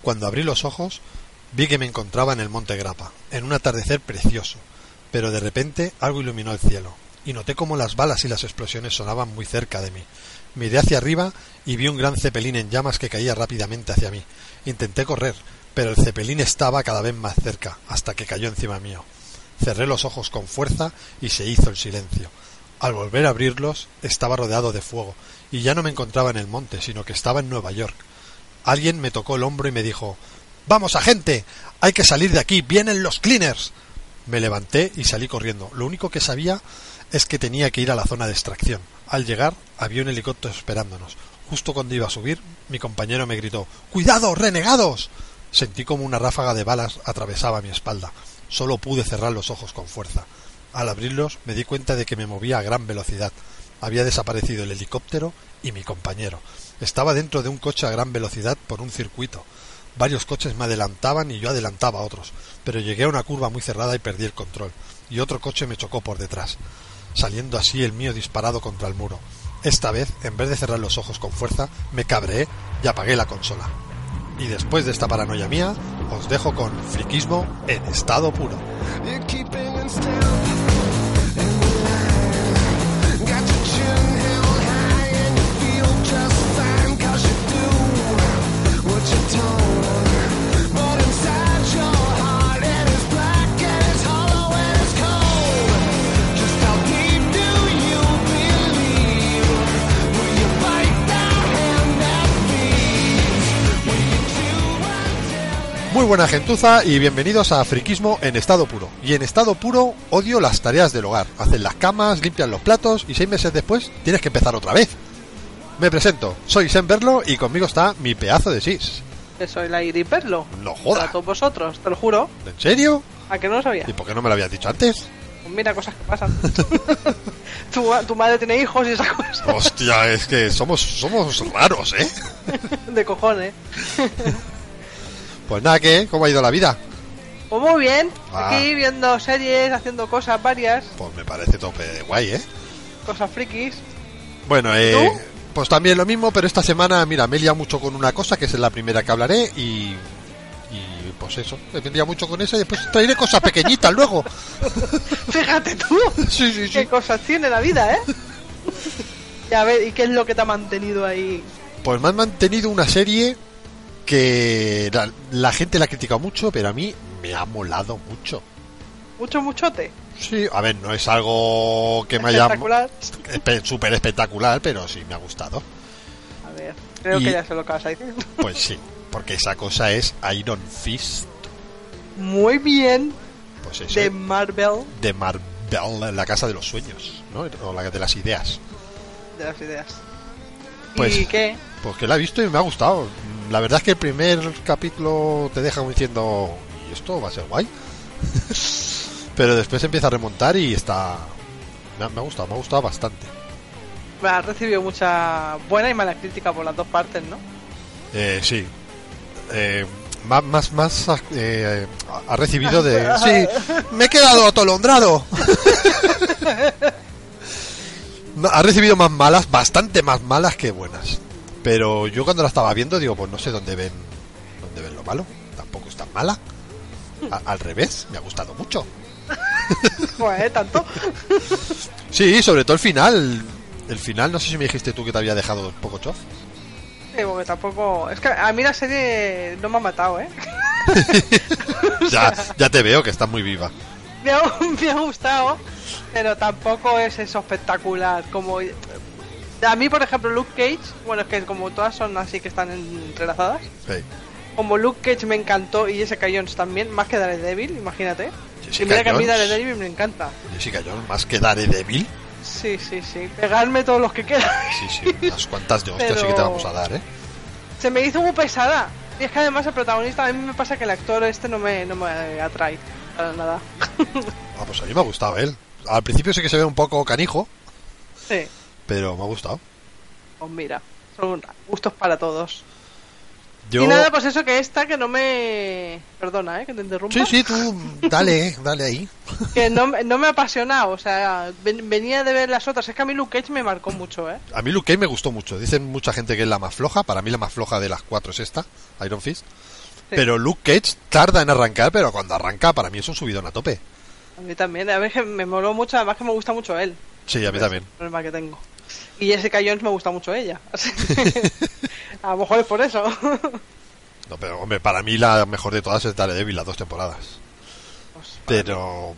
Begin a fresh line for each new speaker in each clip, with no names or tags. Cuando abrí los ojos, vi que me encontraba en el monte Grappa, en un atardecer precioso, pero de repente algo iluminó el cielo, y noté cómo las balas y las explosiones sonaban muy cerca de mí. Miré hacia arriba y vi un gran cepelín en llamas que caía rápidamente hacia mí. Intenté correr, pero el cepelín estaba cada vez más cerca, hasta que cayó encima mío. Cerré los ojos con fuerza y se hizo el silencio. Al volver a abrirlos, estaba rodeado de fuego, y ya no me encontraba en el monte, sino que estaba en Nueva York. Alguien me tocó el hombro y me dijo Vamos, agente. Hay que salir de aquí. Vienen los cleaners. Me levanté y salí corriendo. Lo único que sabía es que tenía que ir a la zona de extracción. Al llegar, había un helicóptero esperándonos. Justo cuando iba a subir, mi compañero me gritó ¡Cuidado, renegados! Sentí como una ráfaga de balas atravesaba mi espalda. Solo pude cerrar los ojos con fuerza. Al abrirlos me di cuenta de que me movía a gran velocidad. Había desaparecido el helicóptero y mi compañero. Estaba dentro de un coche a gran velocidad por un circuito. Varios coches me adelantaban y yo adelantaba a otros, pero llegué a una curva muy cerrada y perdí el control, y otro coche me chocó por detrás, saliendo así el mío disparado contra el muro. Esta vez, en vez de cerrar los ojos con fuerza, me cabreé y apagué la consola. Y después de esta paranoia mía, os dejo con friquismo en estado puro. Muy buena gentuza y bienvenidos a Friquismo en estado puro. Y en estado puro odio las tareas del hogar. Hacen las camas, limpian los platos y seis meses después tienes que empezar otra vez. Me presento, soy Sen Berlo y conmigo está mi pedazo de sis.
Que soy la Iris Perlo.
No jodas.
Para todos vosotros, te lo juro.
¿En serio?
¿A que no lo sabía?
¿Y por qué no me lo habías dicho antes?
Pues mira cosas que pasan. tu, tu madre tiene hijos y esas cosas.
Hostia, es que somos, somos raros, ¿eh?
De cojones.
Pues nada, ¿qué? ¿Cómo ha ido la vida?
Pues muy bien.
Ah.
Aquí viendo series, haciendo cosas varias,
Pues me parece tope de guay, ¿eh?
cosas frikis.
Bueno, eh,
¿Tú?
pues también lo mismo, pero esta semana, mira, me he liado mucho con una cosa, que es la primera que hablaré, y, y pues eso, me he liado mucho con esa, y después traeré cosas pequeñitas luego.
Fíjate tú.
Sí, sí,
Qué
sí.
cosas tiene la vida, ¿eh? y a ver, ¿y qué es lo que te ha mantenido ahí?
Pues me han mantenido una serie que la, la gente la ha criticado mucho, pero a mí me ha molado mucho.
Mucho muchote.
Sí, a ver, no es algo que me haya
Espectacular.
espe- súper espectacular, pero sí me ha gustado.
A ver, creo
Y-
que ya sé lo que vas a decir.
Pues sí, porque esa cosa es Iron Fist.
Muy bien.
Pues eso.
De Marvel,
de Marvel, la casa de los sueños, ¿no? O la de las ideas.
de las ideas.
Pues-
¿Y qué?
Pues que la he visto y me ha gustado. La verdad es que el primer capítulo te deja como diciendo, y esto va a ser guay. Pero después empieza a remontar y está... Me ha, me ha gustado, me ha gustado bastante.
Ha recibido mucha buena y mala crítica por las dos partes, ¿no?
Eh, sí. Eh, ma- más, más, eh, ha recibido de... Sí, me he quedado atolondrado. ha recibido más malas, bastante más malas que buenas. Pero yo cuando la estaba viendo digo, pues no sé dónde ven, dónde ven lo malo. Tampoco es tan mala. A- al revés, me ha gustado mucho.
Pues ¿eh? tanto.
Sí, sobre todo el final. El final, no sé si me dijiste tú que te había dejado un poco chof.
Sí, porque tampoco. Es que a mí la serie no me ha matado, ¿eh?
Ya, ya te veo que estás muy viva.
Me ha, me ha gustado, pero tampoco es eso espectacular. Como. A mí, por ejemplo, Luke Cage, bueno, es que como todas son así que están entrelazadas.
Sí.
Como Luke Cage me encantó y Jessica Jones también, más que Daredevil, imagínate.
Jessica
y mira que a mí
Jones.
Daredevil me encanta.
Jessica Jones, más que Daredevil.
Sí, sí, sí. Pegarme todos los que quedan.
Sí, sí, unas cuantas de hostias sí que te
Pero-
vamos a dar, ¿eh?
se me hizo muy pesada. Y es que además el protagonista, a mí me pasa que el actor este no me, no me atrae para nada.
Ah, pues a mí me ha gustado él. Al principio sí que se ve un poco canijo,
Sí,
pero me ha gustado.
pues mira, son gustos para todos.
Yo...
Y nada, pues eso que esta que no me... Perdona, ¿eh? Que te interrumpa.
Sí, sí, tú dale, dale ahí.
Que no, me- no me ha apasionado, o sea, ven- venía de ver las otras. Es que a mí Luke Cage me marcó mucho, ¿eh?
A mí Luke Cage me gustó mucho. Dicen mucha gente que es la más floja. Para mí la más floja de las cuatro es esta, Iron Fist. Pero Luke Cage tarda en arrancar, pero cuando arranca, para mí es un subidón a tope.
A mí también, a mí es que me moló mucho, además que me gusta mucho él.
Sí, a mí
Es
también.
El problema que tengo. Y Jessica Jones me gusta mucho ella. así que a lo mejor es por eso.
No, pero hombre, para mí la mejor de todas es Daredevil, las dos temporadas.
Pues,
Pero.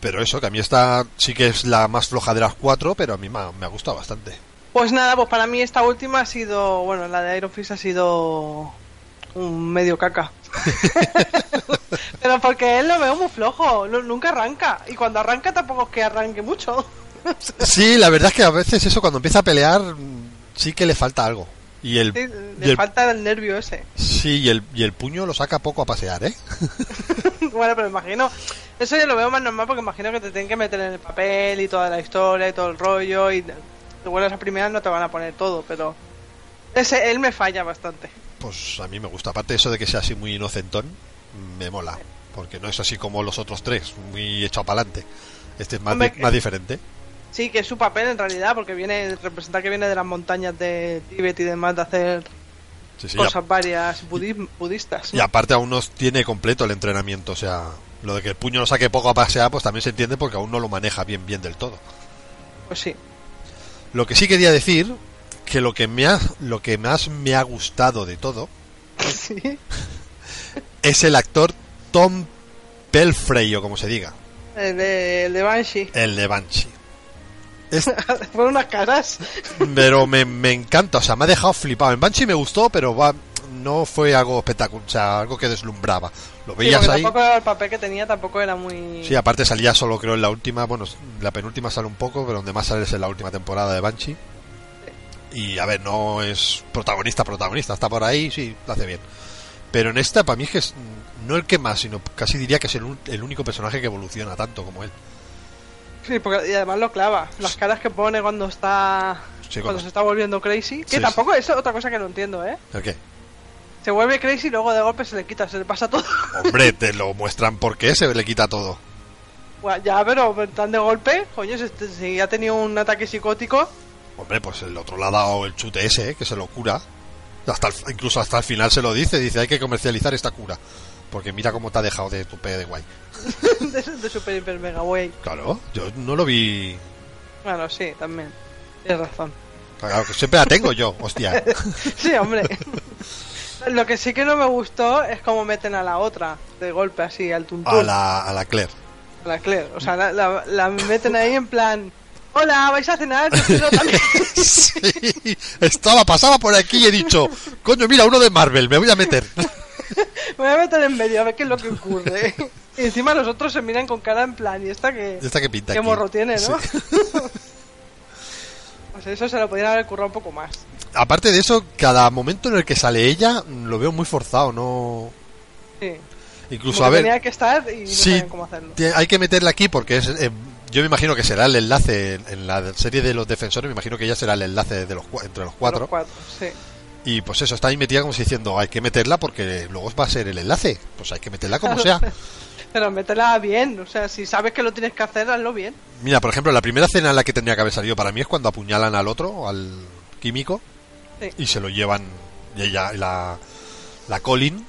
Pero eso, que a mí esta sí que es la más floja de las cuatro, pero a mí me ha, me ha gustado bastante.
Pues nada, pues para mí esta última ha sido, bueno, la de Iron Fist ha sido un medio caca. Pero porque él lo veo muy flojo, no- nunca arranca. Y cuando arranca tampoco es que arranque mucho.
Sí, la verdad es que a veces eso, cuando empieza a pelear, mm, sí que le falta algo. Y el,
Sí,
y
le
el-
falta el nervio ese.
sí, y el, y el puño lo saca poco a pasear, ¿eh?
bueno, pero imagino, eso yo lo veo más normal porque imagino que te tienen que meter en el papel y toda la historia y todo el rollo. Y bueno, esas primeras no te van a poner todo, pero ese él me falla bastante.
Pues a mí me gusta. Aparte eso de que sea así muy inocentón, me mola. Porque no es así como los otros tres, muy hecho para adelante. Este es más,
Hombre, eh,
di-
que-
más diferente.
Sí, que es su papel en realidad, porque viene representa que viene de las montañas de Tíbet y demás, de hacer
Sí, sí, y a-
cosas varias budis- budistas.
Y aparte aún no tiene completo el entrenamiento, o sea, lo de que el puño lo saque poco a pasear, pues también se entiende porque aún no lo maneja bien bien del todo.
Pues sí.
Lo que sí quería decir que lo que me ha, lo que más me ha gustado de todo
sí.
es el actor Tom Pelfrey o como se diga,
El de, el de Banshee.
el de Banshee. Es-
Por unas caras.
pero me, me encanta, o sea, me ha dejado flipado. En Banshee me gustó, pero va, no fue algo espectacular, o sea, algo que deslumbraba. Lo
Sí,
veías
porque
ahí.
tampoco el papel que tenía tampoco era muy.
Sí, aparte salía solo creo en la última, bueno, la penúltima sale un poco, pero donde más sale es en la última temporada de Banshee. Y a ver, no es protagonista, protagonista, está por ahí, sí, lo hace bien. Pero en esta, para mí es que es mm, no el que más, sino casi diría que es el, un- el único personaje que evoluciona tanto como él.
Sí, porque y además lo clava. Las caras que pone cuando está.
Sí,
cuando
cuando-
se está volviendo crazy. Que
Sí,
tampoco es otra cosa que no entiendo, ¿eh?
¿El qué?
Se vuelve crazy y luego de golpe se le quita, se le pasa todo.
Hombre, te lo muestran porque se le quita todo.
Bueno, ya, pero tan de golpe, coño, si, si ha tenido un ataque psicótico,
Hombre, pues el otro le ha dado el chute ese, eh, que se lo cura. Hasta el- incluso hasta el final se lo dice, dice, hay que comercializar esta cura. Porque mira cómo te ha dejado de tu de guay.
de, de super hiper mega wey.
Claro, yo no lo vi
Bueno, sí, también. Tienes razón.
Claro, que siempre la tengo yo, hostia.
Sí, hombre. Lo que sí que no me gustó es cómo meten a la otra de golpe así, al tuntún.
A la, a la Claire.
a la Claire. O sea, la, la- la meten ahí en plan. Hola, vais a cenar, Yo quiero también.
Sí, estaba, pasaba por aquí y he dicho, coño, mira, uno de Marvel, me voy a meter.
Me voy a meter en medio a ver qué es lo que ocurre. Y encima los otros se miran con cara en plan, y esta que.
Esta que pinta
qué
aquí.
morro tiene, ¿no?
Sí.
Pues eso se lo podrían haber currado un poco más.
Aparte de eso, cada momento en el que sale ella, lo veo muy forzado, no...
Sí.
Incluso,
Como
a
que
ver,
Tenía que estar y no
Sí.
sabían cómo hacerlo.
tie- hay que meterla aquí porque es... eh, yo me imagino que será el enlace en la serie de los defensores, me imagino que ella será el enlace de los, cua- entre los cuatro.
Los cuatro, sí.
Y pues eso, está ahí metida como si diciendo, hay que meterla porque luego va a ser el enlace. Pues hay que meterla como sea.
Pero métela bien, o sea, si sabes que lo tienes que hacer, hazlo bien.
Mira, por ejemplo, la primera escena en la que tendría que haber salido para mí es cuando apuñalan al otro, al químico,
Sí.
y se lo llevan. Y ella, la, la Colin,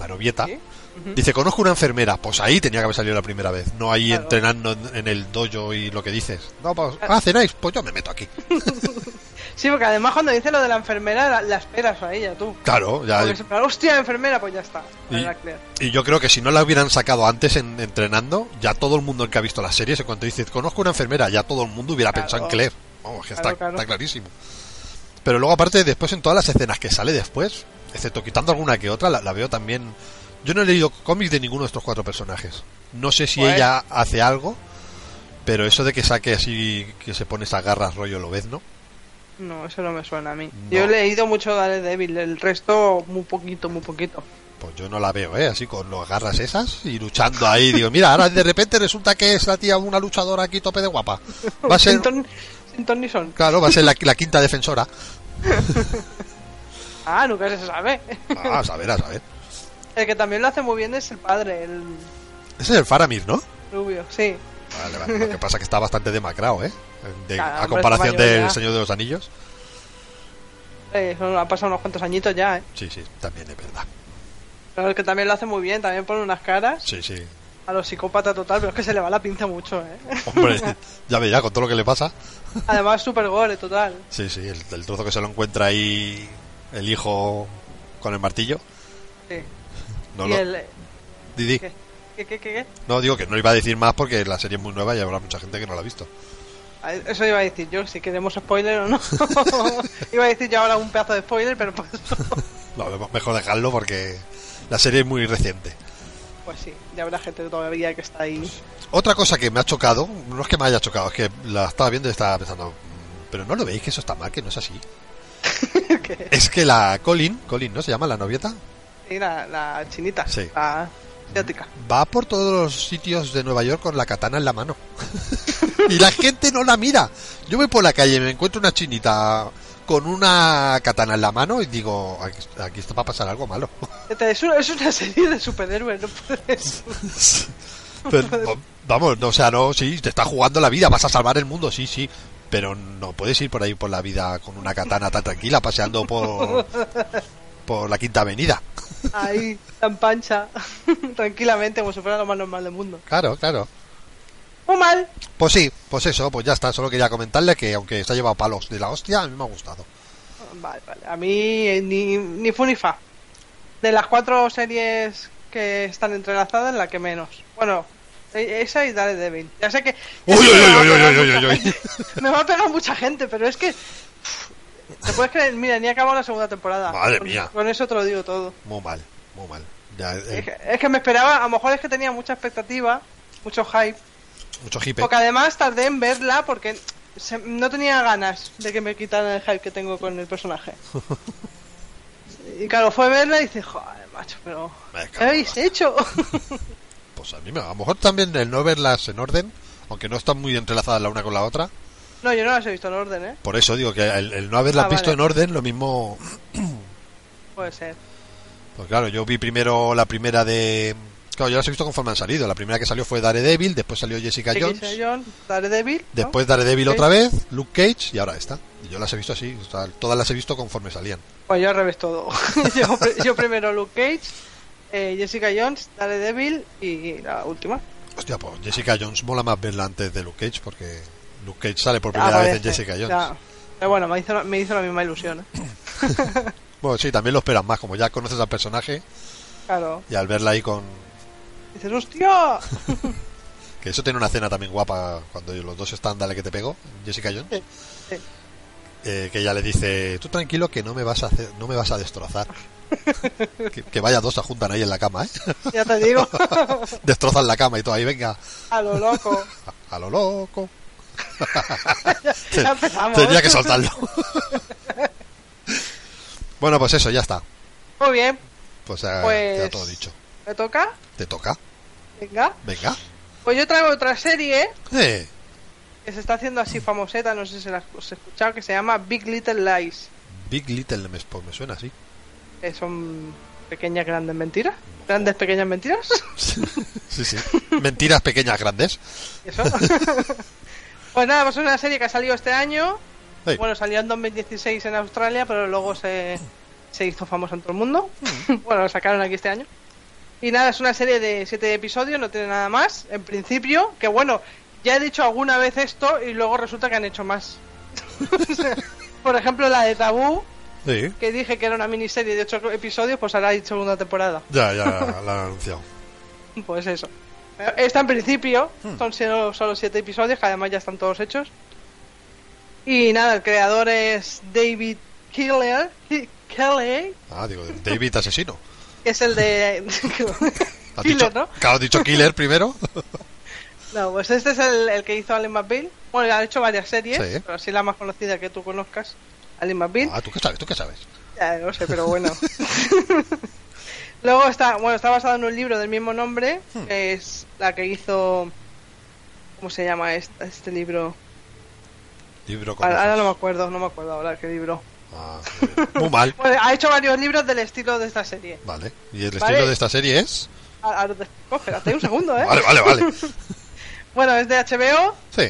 la novieta,
Sí. Ujú.
dice: Conozco una enfermera. Pues ahí tenía que haber salido la primera vez, no ahí
Claro.
entrenando en, en el dojo y lo que dices. No, pues,
Claro.
ah, cenáis, pues yo me meto aquí.
Sí, porque además cuando dice lo de la enfermera, la, la esperas a ella, tú.
Claro, ya.
Porque es en plan, hostia, enfermera, pues ya está.
Y-
La Claire.
Y yo creo que si no la hubieran sacado antes en, entrenando, ya todo el mundo que ha visto las series, en cuanto dices, conozco una enfermera, ya todo el mundo hubiera
Claro.
pensado en Claire. Vamos, que está,
Claro, claro.
está clarísimo. Pero luego, aparte, después en todas las escenas que sale después, excepto quitando alguna que otra, la, la veo también. Yo no he leído cómics de ninguno de estos cuatro personajes. No sé si
Pues-
ella hace algo, pero eso de que saque así, que se pone esas garras rollo lo ves, ¿no?
No, eso no me suena a mí.
No.
Yo he leído mucho Daredevil, el resto muy poquito, muy poquito.
Pues yo no la veo, ¿eh? Así con las garras esas y luchando ahí. Digo, mira, ahora de repente resulta que es la tía una luchadora aquí tope de guapa. Va a ser,
Sin, ton- sin ton ni son.
claro, va a ser la, la quinta defensora.
Ah, nunca se sabe.
Ah, a saber, a saber.
El que también lo hace muy bien es el padre, el
Ese es el Faramir, ¿no?
rubio, sí.
Vale, vale. Lo que pasa es que está bastante demacrado, ¿eh? De-
Claro,
a
hombre,
comparación
está mayor
del
ya.
Señor de los Anillos.
Eh, Eso ha pasado unos cuantos añitos ya, ¿eh?
Sí, sí, también es verdad.
Pero es que también lo hace muy bien, también pone unas caras
Sí, sí.
a los psicópata total, pero es que se le va la pinza mucho, ¿eh?
Hombre, ya ve, ya con todo lo que le pasa.
Además, super gore total.
Sí, sí, el, el trozo que se lo encuentra ahí el hijo con el martillo.
Sí.
No
y
lo...
el...
Didi.
¿Qué? ¿Qué, qué, qué, qué?
No, digo que no iba a decir más porque la serie es muy nueva y habrá mucha gente que no la ha visto.
Ah, Eso iba a decir yo, si queremos spoiler o no. iba a decir yo ahora un pedazo de spoiler, pero pues,
No, mejor dejarlo porque la serie es muy reciente.
pues sí, ya habrá gente todavía que está ahí.
Otra cosa que me ha chocado, no es que me haya chocado, es que la estaba viendo y estaba pensando, "Mm, pero no lo veis que eso está mal, que no es así.
que-
Es que la Colin, Colin, ¿no se llama la novieta?
sí, la, la chinita,
Sí.
la asiática.
Va por todos los sitios de Nueva York con la katana en la mano. y la gente no la mira. Yo voy por la calle y me encuentro una chinita con una katana en la mano y digo, aquí, aquí está para pasar algo malo.
Este, Es una, es una serie de superhéroes, no puedes.
Pero, va- vamos, no, o sea, no, sí, te está jugando la vida, vas a salvar el mundo, sí, sí. Pero no puedes ir por ahí por la vida con una katana tan tranquila, paseando por, por la quinta avenida.
Ahí, tan pancha, tranquilamente, como si fuera lo más normal del mundo.
Claro, claro.
Muy mal.
Pues sí, pues eso, pues ya está. Solo quería comentarle que aunque se ha llevado palos de la hostia, a mí me ha gustado.
Vale, vale. A mí eh, ni, ni fu ni fa. De las cuatro series que están entrelazadas, la que menos. Bueno, e- esa y Daredevil. Ya sé que. ya
Uy,
sé
uy,
que me
uy,
va a
uy,
pegar
uy, uy,
mucha
uy,
gente. Me va a pegar mucha gente, pero es que. pff, ¿Te puedes creer? Mira, ni acabó la segunda temporada.
Madre
Con-
mía.
Con eso te lo digo todo.
Muy mal, muy mal. Ya, eh,
Es que, es que me esperaba, a lo mejor es que tenía mucha expectativa, mucho hype.
mucho hipe.
Porque además tardé en verla porque se- no tenía ganas de que me quitaran el hype que tengo con el personaje. Y claro, fue verla y dice, joder, macho, pero...
Me
¿Qué
cago en
habéis
la-
hecho?
Pues a mí me- a lo mejor también el no verlas en orden, aunque no están muy entrelazadas la una con la otra.
no, yo no las he visto en orden, ¿eh?
Por eso digo que el, el no haberlas
Ah,
visto
vale.
en orden, lo mismo
Puede ser.
Pues claro, yo vi primero la primera de. Claro, yo las he visto conforme han salido. La primera que salió fue Daredevil, después salió Jessica Jones,
Jessica Jones, Daredevil. ¿no?
después Daredevil
Sí.
otra vez, Luke Cage y ahora esta. Y yo las he visto así, o sea, todas las he visto conforme salían.
Pues yo al revés todo. yo, pri- yo primero Luke Cage, eh, Jessica Jones, Daredevil y la última.
Hostia, pues Jessica Jones mola más verla antes de Luke Cage porque Luke Cage sale por primera vez en
Aparece,
Jessica Jones.
Ah, ya. Pero bueno, me hizo, me hizo la misma ilusión. ¿eh?
Bueno, sí, también lo esperas más, como ya conoces al personaje
Claro.
y al verla ahí con.
Dices, hostia.
Que eso tiene una cena también guapa cuando los dos están, dale que te pego, Jessica Jones.
Sí, sí.
eh, que ella le dice tú tranquilo que no me vas a hacer, no me vas a destrozar que, que vaya dos se juntan ahí en la cama ¿eh?
Ya te digo,
destrozan la cama y todo ahí venga
a lo loco.
a, a lo loco
Ya empezamos.
tenía que soltarlo bueno pues eso ya está
Muy bien,
pues ya,
Pues-
ya todo dicho
me toca.
te toca
Venga.
venga
Pues yo traigo otra serie
Eh,
que se está haciendo así famoseta, no sé si la has escuchado, que se llama Big Little Lies.
Big Little me, pues me suena así
Que son pequeñas, grandes mentiras. Grandes, pequeñas mentiras.
sí sí mentiras pequeñas grandes
Eso. pues nada, pues es una serie que ha salido este año.
Eh,
Bueno, salió en 2016 en Australia, pero luego se, se hizo famosa en todo el mundo. bueno, la sacaron aquí este año. Y nada, es una serie de siete episodios, no tiene nada más. En principio, que bueno, ya he dicho alguna vez esto y luego resulta que han hecho más. O sea, Por ejemplo, la de Tabú,
sí
que dije que era una miniserie de ocho episodios, pues ahora hay segunda temporada.
ya ya la han anunciado
Pues eso. Está en principio,
Hmm.
son solo, solo siete episodios, que además ya están todos hechos. Y nada, el creador es David Killer, Ki- Kelly,
ah digo David asesino
que es el de...
¿Has
Killer,
dicho-
¿no?
claro has dicho Killer primero
No, pues este es el, el que hizo Alien McBeal. Bueno, ha hecho varias series,
Sí.
pero así la más conocida que tú conozcas, Alien McBeal.
ah tú qué sabes tú qué sabes
Ya, no sé, pero bueno. Luego está, bueno, está basado en un libro del mismo nombre,
Hmm.
que es la que hizo... ¿Cómo se llama esta- este libro?
Libro con
Ahora, ahora
ojos.
no me acuerdo, no me acuerdo ahora qué libro.
Ah, eh, muy mal.
Bueno, ha hecho varios libros del estilo de esta serie.
Vale. ¿Y el
Vale.
estilo de esta serie es?
A- Ahora te explico, espérate un segundo, ¿eh?
Vale, vale, vale.
Bueno, es de HBO,
Sí.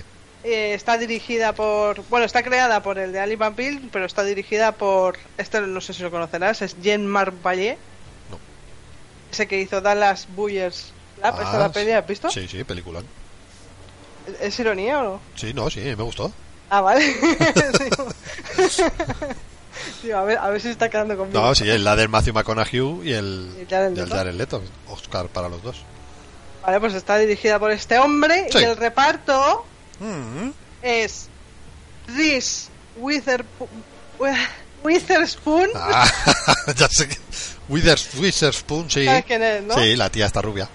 eh, está dirigida por... Bueno, está creada por el de Ali Van Peel, pero está dirigida por... Este no sé si lo conocerás, es Jean-Marc Vallée.
No.
ese que hizo Dallas Buyers Lab,
Ah,
¿esta la peli has visto?
Sí, sí, película.
¿Es- ¿Es ironía o no?
Sí, no, sí, me gustó.
Ah, vale. Sí. Tío, a ver, a ver si está quedando conmigo.
No, sí, el la del Matthew McConaughey y el,
Y el Jared
del
Leto.
Jared Leto. Oscar para los dos.
Vale, pues está dirigida por este hombre
Sí.
y el reparto Mm. es Reese Witherpo- Wi- Witherspoon.
Ah, ya sé que... Withers, Witherspoon, sí.
¿Sabes quién es, no?
Sí, la tía está rubia.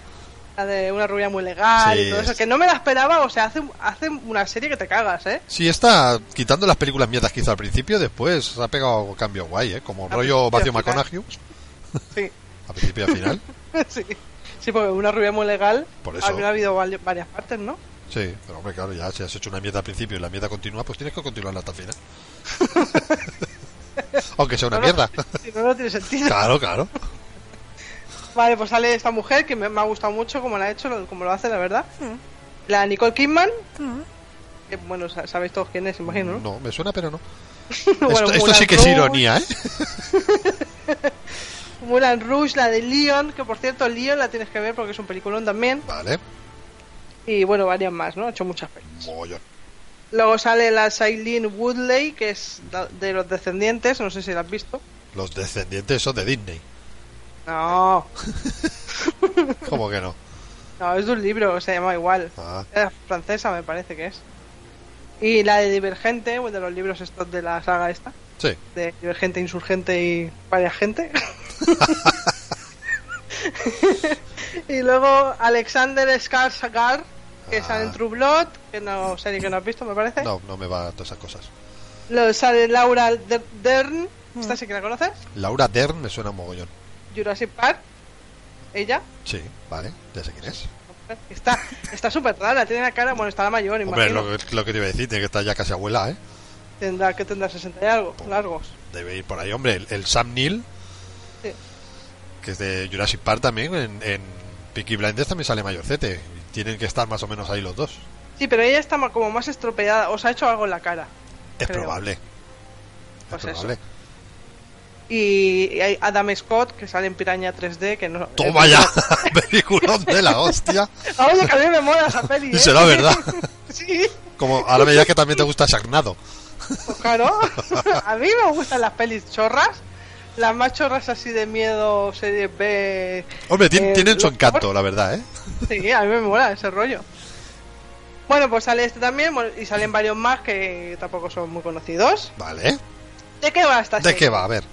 La de una rubia muy legal
Sí,
y todo eso.
es-
Que no me la esperaba, o sea, hace, hace una serie que te cagas, ¿eh?
Sí, está quitando las películas mierdas que hizo al principio, después ha pegado cambios guay, ¿eh? Como
Al
rollo Matthew
principio, al
McConaughey,
Sí.
al principio y al final.
sí. Sí, porque una rubia muy legal.
Por eso.
Había habido val- varias partes, ¿no?
Sí, pero hombre, claro, ya si has hecho una mierda al principio y la mierda continúa, pues tienes que continuarla hasta el final. Aunque sea una
No, no.
mierda.
Si no, no tiene sentido.
claro, claro.
Vale, pues sale esta mujer que me, me ha gustado mucho como la ha hecho, lo- como lo hace, la verdad. La Nicole Kidman. Que, bueno, sa- sabéis todos quién es, imagino, ¿no?
No, me suena, pero no.
Bueno,
esto esto
Moulin
sí que es
Rouge,
ironía, ¿eh?
Moulin Rouge, la de Leon, que por cierto, Leon la tienes que ver porque es un peliculón también.
Vale.
Y bueno, varias más, ¿no? Ha hecho muchas pelis.
Mogollón.
Luego sale la Shailene Woodley, que es la- de los descendientes, no sé si la has visto.
Los descendientes son de Disney.
No,
¿Cómo que no?
no, es de un libro, se llama igual.
Ah,
Es francesa, me parece que es. Y la de Divergente, de los libros estos de la saga esta.
sí.
de Divergente, Insurgente y varias gente. y luego Alexander Skarsgård, que
Ah.
sale en True Blood, que no serie que no has visto, me parece.
No, no me va todas esas cosas.
Luego sale Laura Der- Dern, esta sí que la conoces,
Laura Dern me suena mogollón.
Jurassic Park, ella.
Sí, vale, ya sé quién es.
Está está súper rara, tiene la cara, bueno, está la mayor,
Hombre,
imagino.
lo, que- lo que te iba a decir, tiene que estar ya casi abuela, ¿eh?
Tendrá que tendrá 60 y algo, largos.
Debe ir por ahí, hombre. El, el Sam Neill,
Sí.
que es de Jurassic Park también, en, en Peaky Blinders también sale mayorcete. Y Tienen que estar más o menos ahí los dos.
Sí, pero ella está ma- como más estropeada, os ha hecho algo en la cara.
Es
Creo.
probable.
Pues
es probable.
Y y hay Adam Scott, que sale en Piraña 3D, que no...
¡Toma ya! Peliculón de la hostia.
Ah, Oye, que a mí me mola esa peli, ¿eh?
Será verdad.
Sí,
Como ahora me digas que también te gusta Shagnado.
pues claro. A mí me gustan las pelis chorras. Las más chorras así de miedo, serie B...
Hombre, tien-
Eh,
tienen su
lo-
encanto, la verdad, ¿eh?
Sí, a mí me mola ese rollo. Bueno, pues sale este también bueno, y salen varios más que tampoco son muy conocidos.
Vale.
¿De qué va esta
¿De
serie?
qué va? A ver.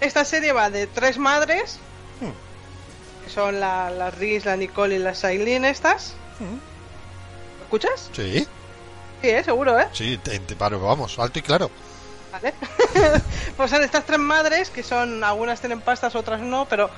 Esta serie va de tres madres,
Hmm.
que son la, la Riz, la Nicole y la Shailene estas.
Hmm.
¿Me escuchas?
Sí,
Sí, ¿eh? seguro, ¿eh?
sí, te, te- pero vamos, alto y claro.
¿Vale? pues son estas tres madres que son, algunas tienen pastas, otras no, pero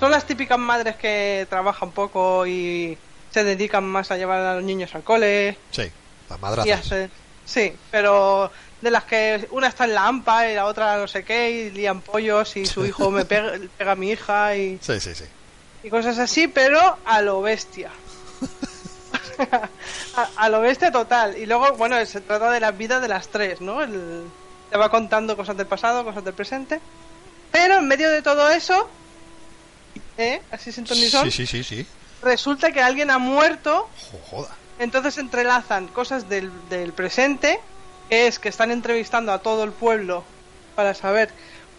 son las típicas madres que trabajan poco y se dedican más a llevar a los niños al cole
Sí, las
y
madrazas.
hacer... Sí, pero de las que una está en la AMPA y la otra no sé qué y lían pollos y su hijo me pega, pega a mi hija y,
Sí, sí, sí.
y cosas así, pero a lo bestia. a, a lo bestia total. Y luego, bueno, se trata de la vida de las tres, ¿no? El- te va contando cosas del pasado, cosas del presente. Pero en medio de todo eso, ¿eh? Así sin ton ni son,
Sí, sí, sí, sí.
resulta que alguien ha muerto
Jo- Joda.
entonces entrelazan cosas del, del presente, que es que están entrevistando a todo el pueblo para saber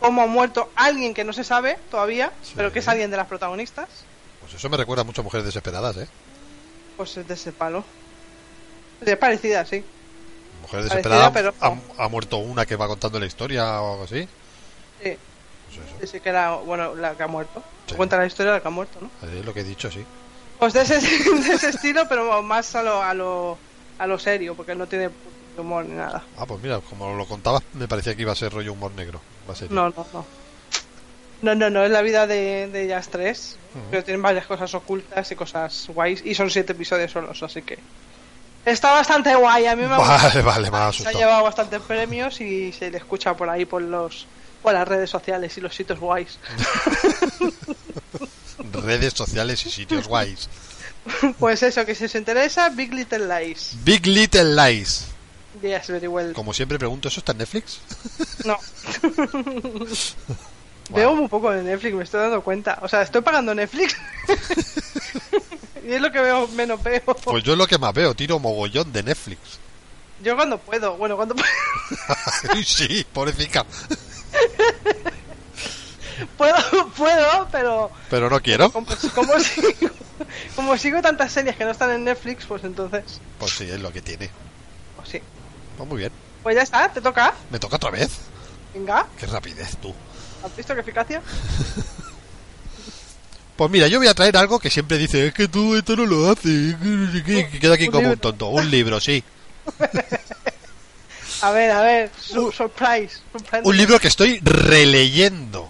cómo ha muerto alguien que no se sabe todavía,
Sí.
pero que es alguien de las protagonistas,
Pues eso me recuerda mucho a mujeres desesperadas, ¿eh?
pues es de ese palo. Es parecida, sí.
Mujeres
Parecida,
desesperadas
pero-
ha, ha muerto una que va contando la historia o algo así.
Sí,
Pues eso,
sí, sí que era, bueno, la que ha muerto.
Sí.
Cuenta la historia de la que ha muerto, ¿no?
así es lo que he dicho, sí.
Pues de ese, de ese estilo, pero más a lo, a lo, a lo serio, porque no tiene humor ni nada.
Ah, pues mira, como lo contabas, me parecía que iba a ser rollo humor negro. Va a ser.
No, no, no. No, no, no, es la vida de, de ellas tres.
Ujú.
Pero tienen varias cosas ocultas y cosas guays. Y son siete episodios solos, así que. Está bastante guay, a mí me ha gustado.
Vale, vale, me ha
Se ha
asustado.
llevado bastantes premios y se le escucha por ahí por los por las redes sociales y los sitios guays.
Redes sociales y sitios guays.
pues eso, que si os interesa, Big Little Lies.
Big Little Lies.
Yes, very well.
Como siempre pregunto, ¿eso está en Netflix?
No. Veo muy poco de Netflix, me estoy dando cuenta. O sea, estoy pagando Netflix. y es lo que veo, menos veo.
Pues yo es lo que más veo, tiro mogollón de Netflix.
Yo cuando puedo, bueno, cuando puedo.
sí, pobrecita.
puedo, puedo, pero
Pero no quiero.
como, como sigo, como sigo tantas series que no están en Netflix, pues entonces,
Pues sí, es lo que tiene.
pues sí.
Pues muy bien.
Pues ya está, te toca.
Me toca otra vez.
Venga,
Qué rapidez tú.
¿has visto qué eficacia?
Pues mira, yo voy a traer algo que siempre dice, es que tú esto no lo haces, que no sé qué", que queda aquí
Un
como un
libro.
tonto. Un libro, sí.
A ver, a ver, su- surprise, surprise.
Uh. Un libro que estoy releyendo.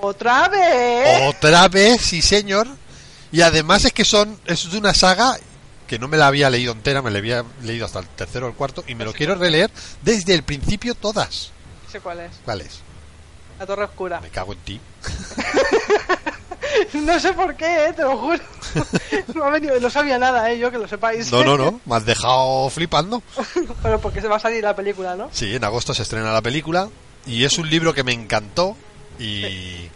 Otra vez.
Otra vez, sí señor. Y además es que son, es de una saga que no me la había leído entera, me la había leído hasta el tercero o el cuarto y me lo quiero releer desde el principio todas.
sé cuál es,
¿Cuáles?
La Torre Oscura.
Me cago en ti.
No sé por qué, eh, te lo juro. No, ha venido, no sabía nada, eh, yo que lo sepáis.
No, no, no, me has dejado flipando.
Pero porque se va a salir la película, ¿no?
Sí, en agosto se estrena la película y es un libro que me encantó y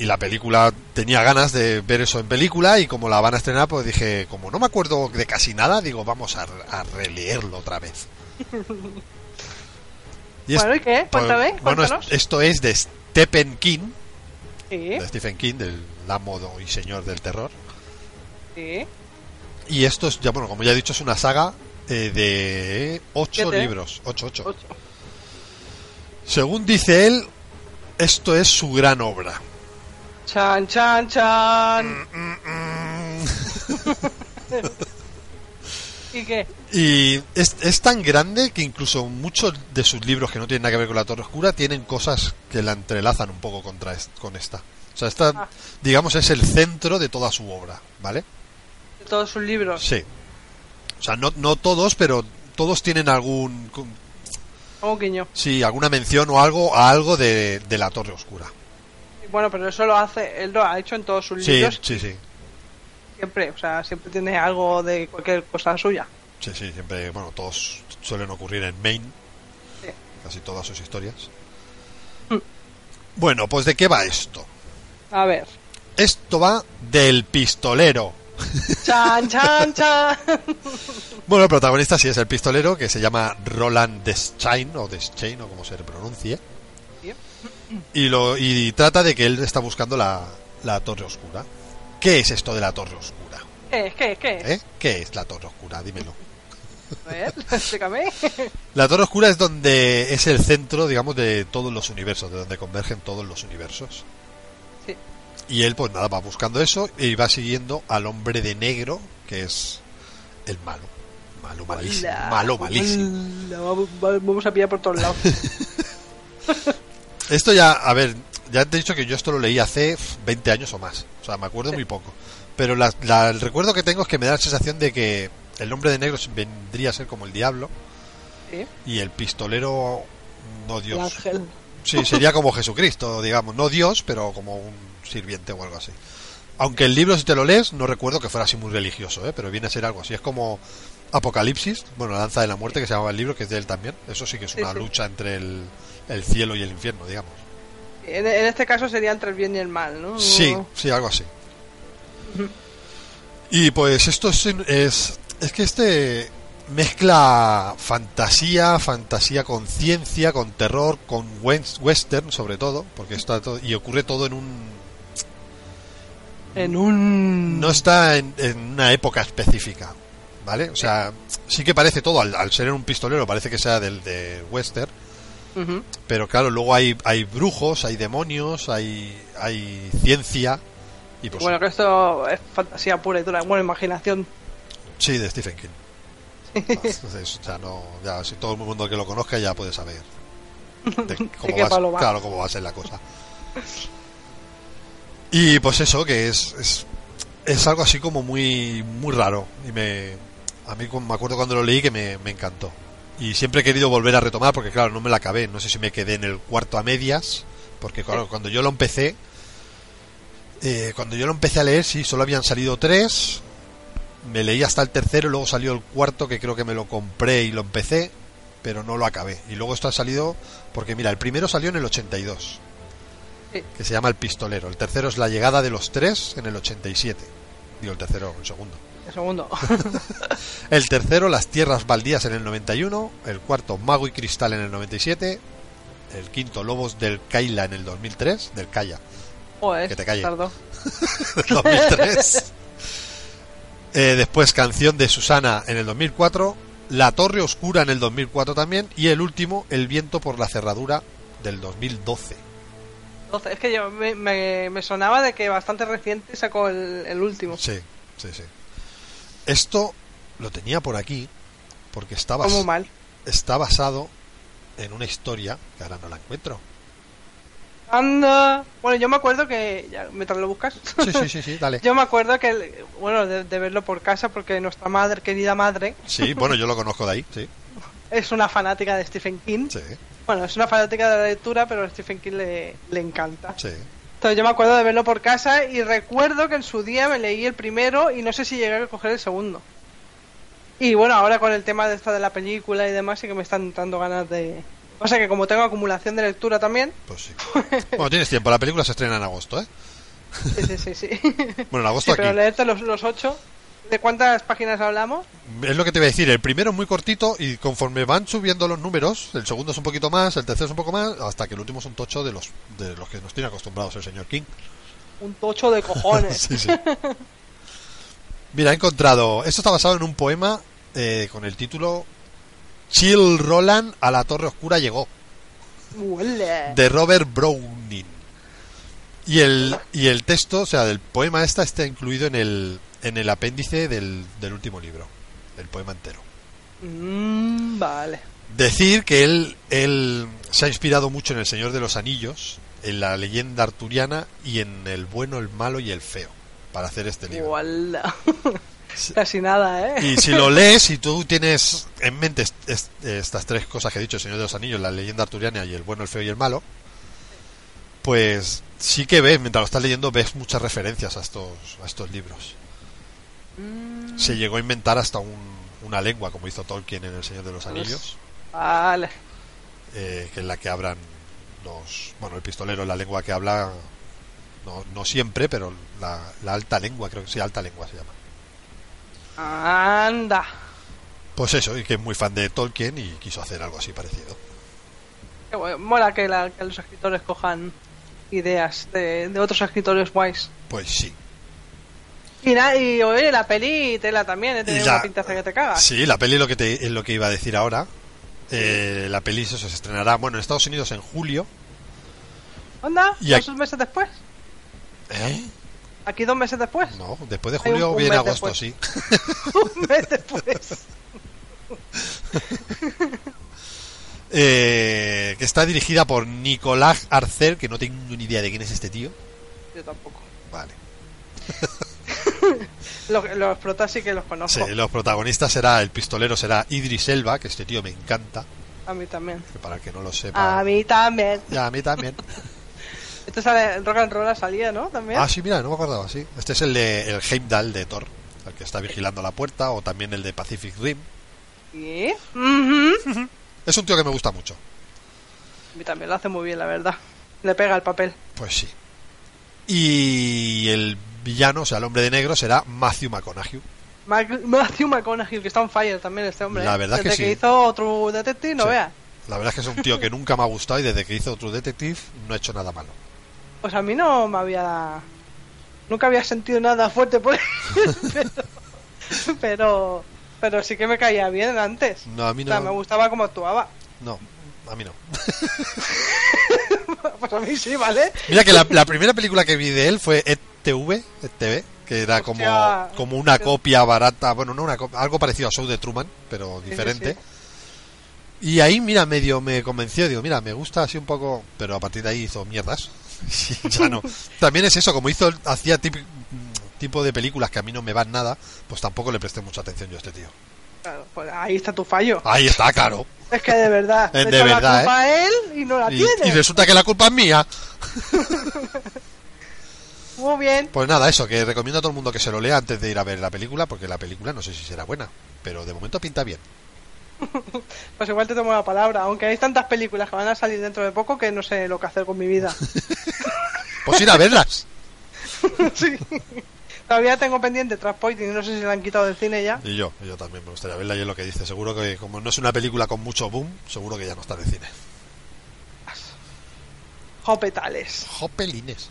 y la película tenía ganas de ver eso en película y como la van a estrenar pues dije, como no me acuerdo de casi nada, digo, vamos a, a releerlo otra vez. Y es-
Bueno, ¿y qué?
pues,
Cuéntame,
bueno, es-
cuéntanos.
esto es de Stephen King,
Sí,
de Stephen King, del amo y señor del terror.
sí.
Y esto es, ya bueno, como ya he dicho, es una saga eh, de ocho
Siete.
libros, ocho, ocho.
Ocho.
Según dice él, esto es su gran obra.
Chan, chan, chan. ¿Y qué?
Y es, es tan grande que incluso muchos de sus libros que no tienen nada que ver con la Torre Oscura tienen cosas que la entrelazan un poco contra es- con esta. O sea, esta,
Ah.
digamos, es el centro de toda su obra, ¿vale?
De todos sus libros.
Sí. O sea, no, no todos, pero todos tienen algún, con-
Como un guiño.
sí, alguna mención o algo a algo de, de la Torre Oscura.
Bueno, pero eso lo hace, él lo ha hecho en todos sus
Sí,
libros
sí, sí.
siempre. O sea, siempre tiene algo de cualquier cosa suya.
Sí, sí, siempre, bueno, todos suelen ocurrir en Maine.
Sí.
Casi todas sus historias.
Mm.
Bueno, pues ¿de qué va esto?
A ver.
Esto va del pistolero.
Chan, chan, chan.
Bueno, el protagonista sí es el pistolero, que se llama Roland Deschain, o Deschain, o como se pronuncie.
Sí.
Y, lo, y trata de que él está buscando la, la Torre Oscura. ¿Qué es esto de la Torre Oscura?
¿Qué? ¿Qué? ¿Qué?
¿Eh? ¿Qué es la Torre Oscura? Dímelo.
A ver, explícame.
La Torre Oscura es donde es el centro, digamos, de todos los universos, de donde convergen todos los universos.
Sí.
Y él, pues nada, va buscando eso y va siguiendo al hombre de negro, que es el malo. Malo, malísimo.
Hola.
Malo, malísimo.
Hola, vamos- Vamos a pillar por todos lados.
Esto ya, a ver, ya te he dicho que yo esto lo leí hace uf, 20 años o más. O sea, me acuerdo muy poco. Pero la- la- el recuerdo que tengo es que me da la sensación de que el hombre de negro vendría a ser como el diablo
Sí.
y el pistolero, no
El
Dios.
ángel.
Sí, sería como Jesucristo, digamos, no Dios, pero como un sirviente o algo así. Aunque el libro, si te lo lees, no recuerdo que fuera así muy religioso, ¿eh? pero viene a ser algo así. Es como Apocalipsis, bueno, la danza de la muerte, que se llamaba el libro, que es de él también. Eso sí que es
Sí,
una
sí.
lucha entre el, el cielo y el infierno, digamos.
En, en este caso sería entre el bien y el mal, ¿no?
Sí, sí, algo así. Y pues esto es, es, es que este mezcla fantasía, fantasía con ciencia, con terror, con wes- western sobre todo, porque está todo, y ocurre todo en un
En un.
no está en, en una época específica, ¿vale? O sea, sí que parece todo al, al ser en un pistolero parece que sea del de western,
Ujú.
pero claro luego hay hay brujos, hay demonios, hay hay ciencia y pues
Bueno, que esto es fantasía pura y dura. Bueno, imaginación.
Sí, de Stephen King. Entonces, o sea, no, ya, si todo el mundo que lo conozca ya puede saber de cómo,
qué
va, a-
palo va.
Claro, cómo va a ser la cosa. Y pues eso, que es, es, es algo así como muy, muy raro. Y me, a mí cu- me acuerdo cuando lo leí que me, me encantó. Y siempre he querido volver a retomar porque, claro, no me la acabé. No sé si me quedé en el cuarto a medias. Porque, claro, cuando yo lo empecé, eh, cuando yo lo empecé a leer, sí, solo habían salido tres. Me leí hasta el tercero, luego salió el cuarto que creo que me lo compré y lo empecé, pero no lo acabé. Y luego esto ha salido, porque mira, el primero salió en el 82.
Sí.
que se llama El Pistolero. El tercero es La llegada de los tres en el 87. Digo el tercero, el segundo.
El segundo.
El tercero, Las Tierras Baldías en el 91. El cuarto, Mago y Cristal en el 97. El quinto, Lobos del Kaila en el 2003. Del Kaya,
Joder,
Que te calle.
tardó.
del 2003. Eh, después, Canción de Susana en el 2004. La Torre Oscura en el 2004 también. Y el último, El Viento por la Cerradura del 2012.
Entonces, es que yo me, me- me sonaba de que bastante reciente sacó el, el último.
Sí, sí, sí. Esto lo tenía por aquí porque estaba...
Como mal.
está basado en una historia que ahora no la encuentro.
Anda. Bueno, yo me acuerdo que. ya, mientras lo buscas.
Sí, sí, sí, sí, dale.
Yo me acuerdo que, el- bueno, de, de verlo por casa, porque nuestra madre, querida madre,
Sí, bueno, yo lo conozco de ahí, sí.
es una fanática de Stephen King.
Sí,
Bueno, es una fanática de la lectura, pero a Stephen King le, le encanta.
sí.
Entonces yo me acuerdo de verlo por casa y recuerdo que en su día me leí el primero y no sé si llegué a coger el segundo. Y bueno, ahora con el tema de esta de la película y demás, sí que me están dando ganas de... O sea que como tengo acumulación de lectura también...
Pues sí. Bueno, tienes tiempo, la película se estrena en agosto, ¿eh?
Sí, sí, sí, sí.
Bueno, en
Sí,
agosto
pero
aquí.
leerte los, los ocho... ¿De cuántas páginas hablamos?
Es lo que te voy a decir, el primero es muy cortito y conforme van subiendo los números, el segundo es un poquito más, el tercero es un poco más, hasta que el último es un tocho de los, de los que nos tiene acostumbrados el señor King.
Un tocho de cojones.
Sí, sí. Mira, he encontrado. Esto está basado en un poema eh, con el título Chill Roland a la Torre Oscura llegó,
Huele.
de Robert Browning. Y el, y el texto, o sea, del poema esta está incluido en el, en el apéndice del, del último libro, el poema entero.
Mm, vale.
Decir que él, él se ha inspirado mucho en El Señor de los Anillos, en la leyenda arturiana y en El bueno, el malo y el feo, para hacer este libro.
Huele.
Sí.
Casi nada, ¿eh?
Y si lo lees y tú tienes en mente est- est- estas tres cosas que he dicho, El Señor de los Anillos, la leyenda arturiana y el bueno, el feo y el malo, pues sí que ves, mientras lo estás leyendo, ves muchas referencias a estos, a estos libros.
Mm,
Se llegó a inventar hasta un- una lengua, como hizo Tolkien en El Señor de los
Pues
Anillos,
Vale.
eh, que es la que hablan los... Bueno, el pistolero es la lengua que habla, no, no siempre, pero la, la alta lengua, creo que sí, alta lengua se llama.
Anda.
Pues eso, y que es muy fan de Tolkien y quiso hacer algo así parecido.
Qué guay. Mola que, la- que los escritores cojan ideas de, de otros escritores guays.
Pues sí.
Y, na- y oye, la peli y tela también, ¿eh? Tiene
Y la-
una pintaza que te cagas.
Sí, la peli lo que te- es lo que iba a decir ahora. Eh, la peli eso se estrenará, bueno, en Estados Unidos en julio.
¿Onda?
Y
¿Dos
aquí-
meses después? ¿Aquí dos meses después?
No, después de
Hay un-
julio
un
viene
mes
agosto,
después.
sí.
un mes después.
Eh, que está dirigida por Nicolás Arcer, que no tengo ni idea de quién es este tío.
Yo tampoco.
Vale.
Los, los protas sí que los
Sí,
conozco.
los protagonistas será, el pistolero será Idris Elba, que este tío me encanta,
A mí también.
que para el que no lo sepa.
A mí también.
Y a mí también.
Este sale, Rock and Roll salía, ¿no? También.
Ah, sí, mira, no me acordaba, sí. Este es el de el Heimdall de Thor, el que está vigilando la puerta, o también el de Pacific Rim.
Sí. Ujú.
Es un tío que me gusta mucho.
A mí también lo hace muy bien, la verdad. Le pega el papel.
Pues sí. Y el villano, o sea, el hombre de negro, será Matthew McConaughey.
Mac- Matthew McConaughey, que está on fire también este hombre.
La
¿eh?
verdad
Desde
que sí.
hizo otro detective, no
Sí.
vea.
La verdad es que es un tío que nunca me ha gustado y desde que hizo True Detective no ha hecho nada malo.
Pues a mí no me había... Nunca había sentido nada fuerte por él, pero, pero... pero sí que me caía bien antes.
No, a mí
O sea, me
Mm, no.
gustaba cómo actuaba.
No, a mí no.
pues a mí sí, ¿vale?
Mira que la, la primera película que vi de él fue E ETV, ETV que era como,
Hostia.
como una copia barata, bueno, no una copia, algo parecido a Show de Truman, pero
sí,
diferente. Y ahí, mira, medio me convenció, digo, mira, me gusta así un poco, pero a partir de ahí hizo mierdas. Sí, ya no. También es eso, como hizo, hacía tipi- mm, tipo de películas que a mí no me van nada, pues tampoco le presté mucha atención yo a este tío.
Claro, pues ahí está tu fallo.
Ahí está, claro.
Es que de verdad.
Eh,
le
de
echa
verdad,
la culpa a él y no la
Y,
tiene.
y resulta que la culpa es mía.
Muy bien.
Pues nada, eso, que recomiendo a todo el mundo que se lo lea antes de ir a ver la película, porque la película no sé si será buena, pero de momento pinta bien.
Pues igual te tomo la palabra. Aunque hay tantas películas que van a salir dentro de poco que no sé lo que hacer con mi vida.
Pues ir a verlas.
sí. Todavía tengo pendiente Transpointing, no sé si la han quitado del cine ya.
Y yo, y yo también me gustaría verla y es lo que dice. Seguro que como no es una película con mucho boom, seguro que ya no está de cine.
Jopetales.
Jopelines.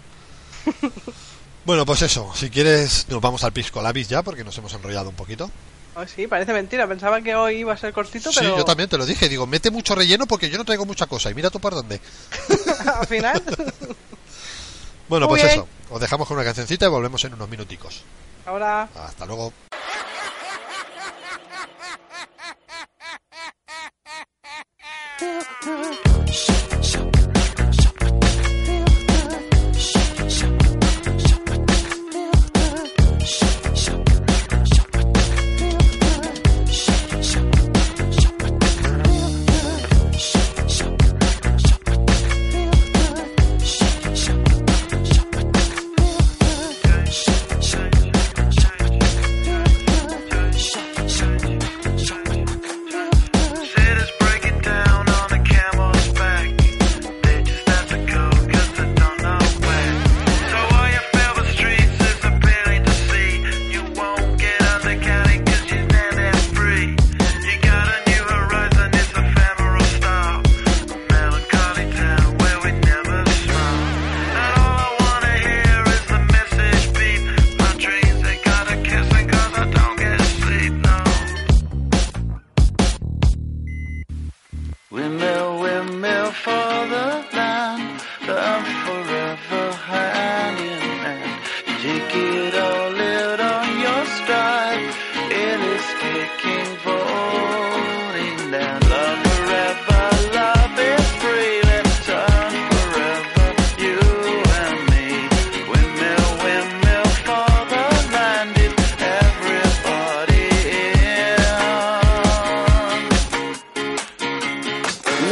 Bueno, pues eso. Si quieres, nos vamos al pisco labis ya, porque nos hemos enrollado un poquito.
Oh, sí, parece mentira. Pensaba que hoy iba a ser cortito,
Sí,
pero
yo también te lo dije. Digo, mete mucho relleno porque yo no traigo mucha cosa. Y mira tú por dónde.
al final.
Bueno,
Muy
pues
bien.
eso. Os dejamos con una cancioncita y volvemos en unos minuticos.
Ahora.
Hasta luego.
Cities breaking down on a camel's back. They just have to go 'cause they don't know where. So all you feel the streets is a barely to see. You won't get undercounted 'cause you're not that free. You got a new horizon, it's ephemeral style. A melancholy town where we never smile. And all I wanna hear is the message beep. My dreams they gotta kiss me 'cause I don't get sleep no. Windmill, windmill for the land that I'm forever hanging and take it all out on your stride. It is kicking, falling down. Love forever, love is free. Let's turn forever, you and me. Windmill, windmill for the land. It's everybody in.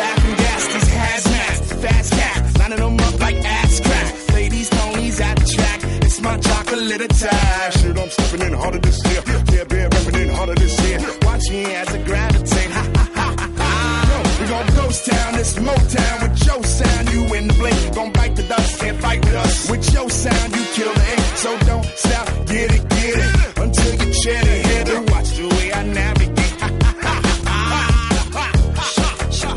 Laughing gas, these hazmats, fast cat, lining them up like ass crack. Ladies, ponies at the track, it's my chocolate attack. Shit, I'm stepping in harder this year. Yeah, bear repping in harder this year. Watch me as I gravitate. Ha ha ha ha ha. Yo, We gon' ghost town, this Motown with your sound. You in the blink, gon' bite the dust and fight with us. With your sound, you kill the ink, so don't stop. Get it, get it, until you check it. Hit it, watch the way I navigate. Ha ha ha ha ha.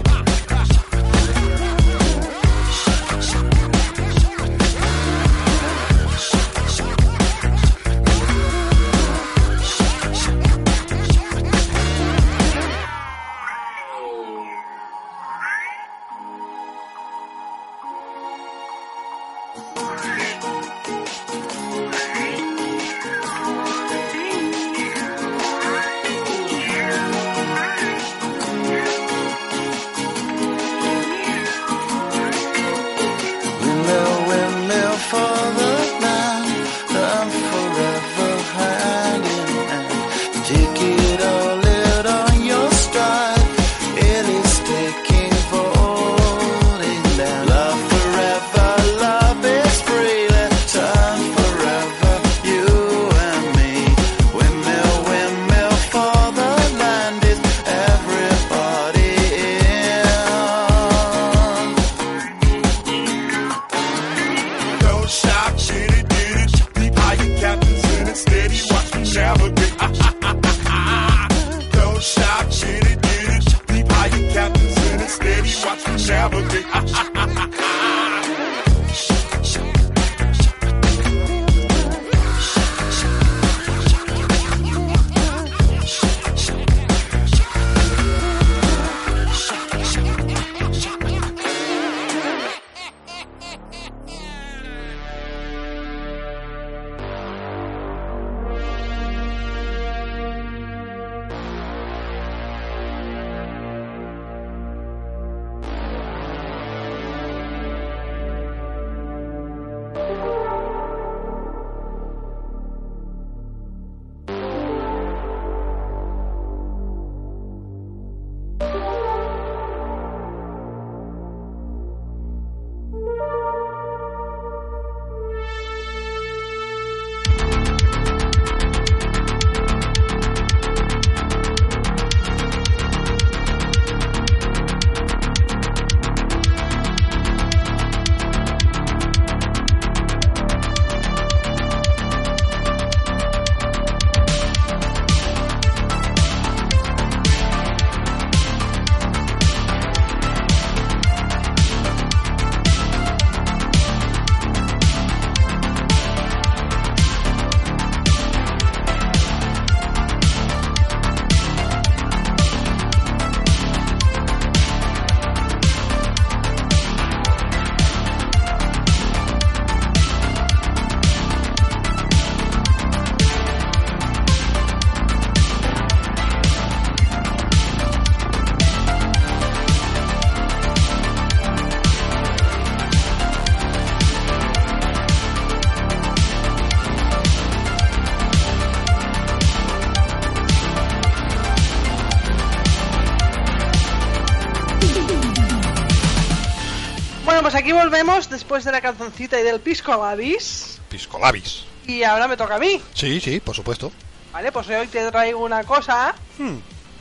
pues aquí volvemos después de la canzoncita y del pisco avis.
Piscolabis.
Y ahora me toca a mí.
Sí, sí, por supuesto.
Vale, pues hoy te traigo una cosa
Hmm,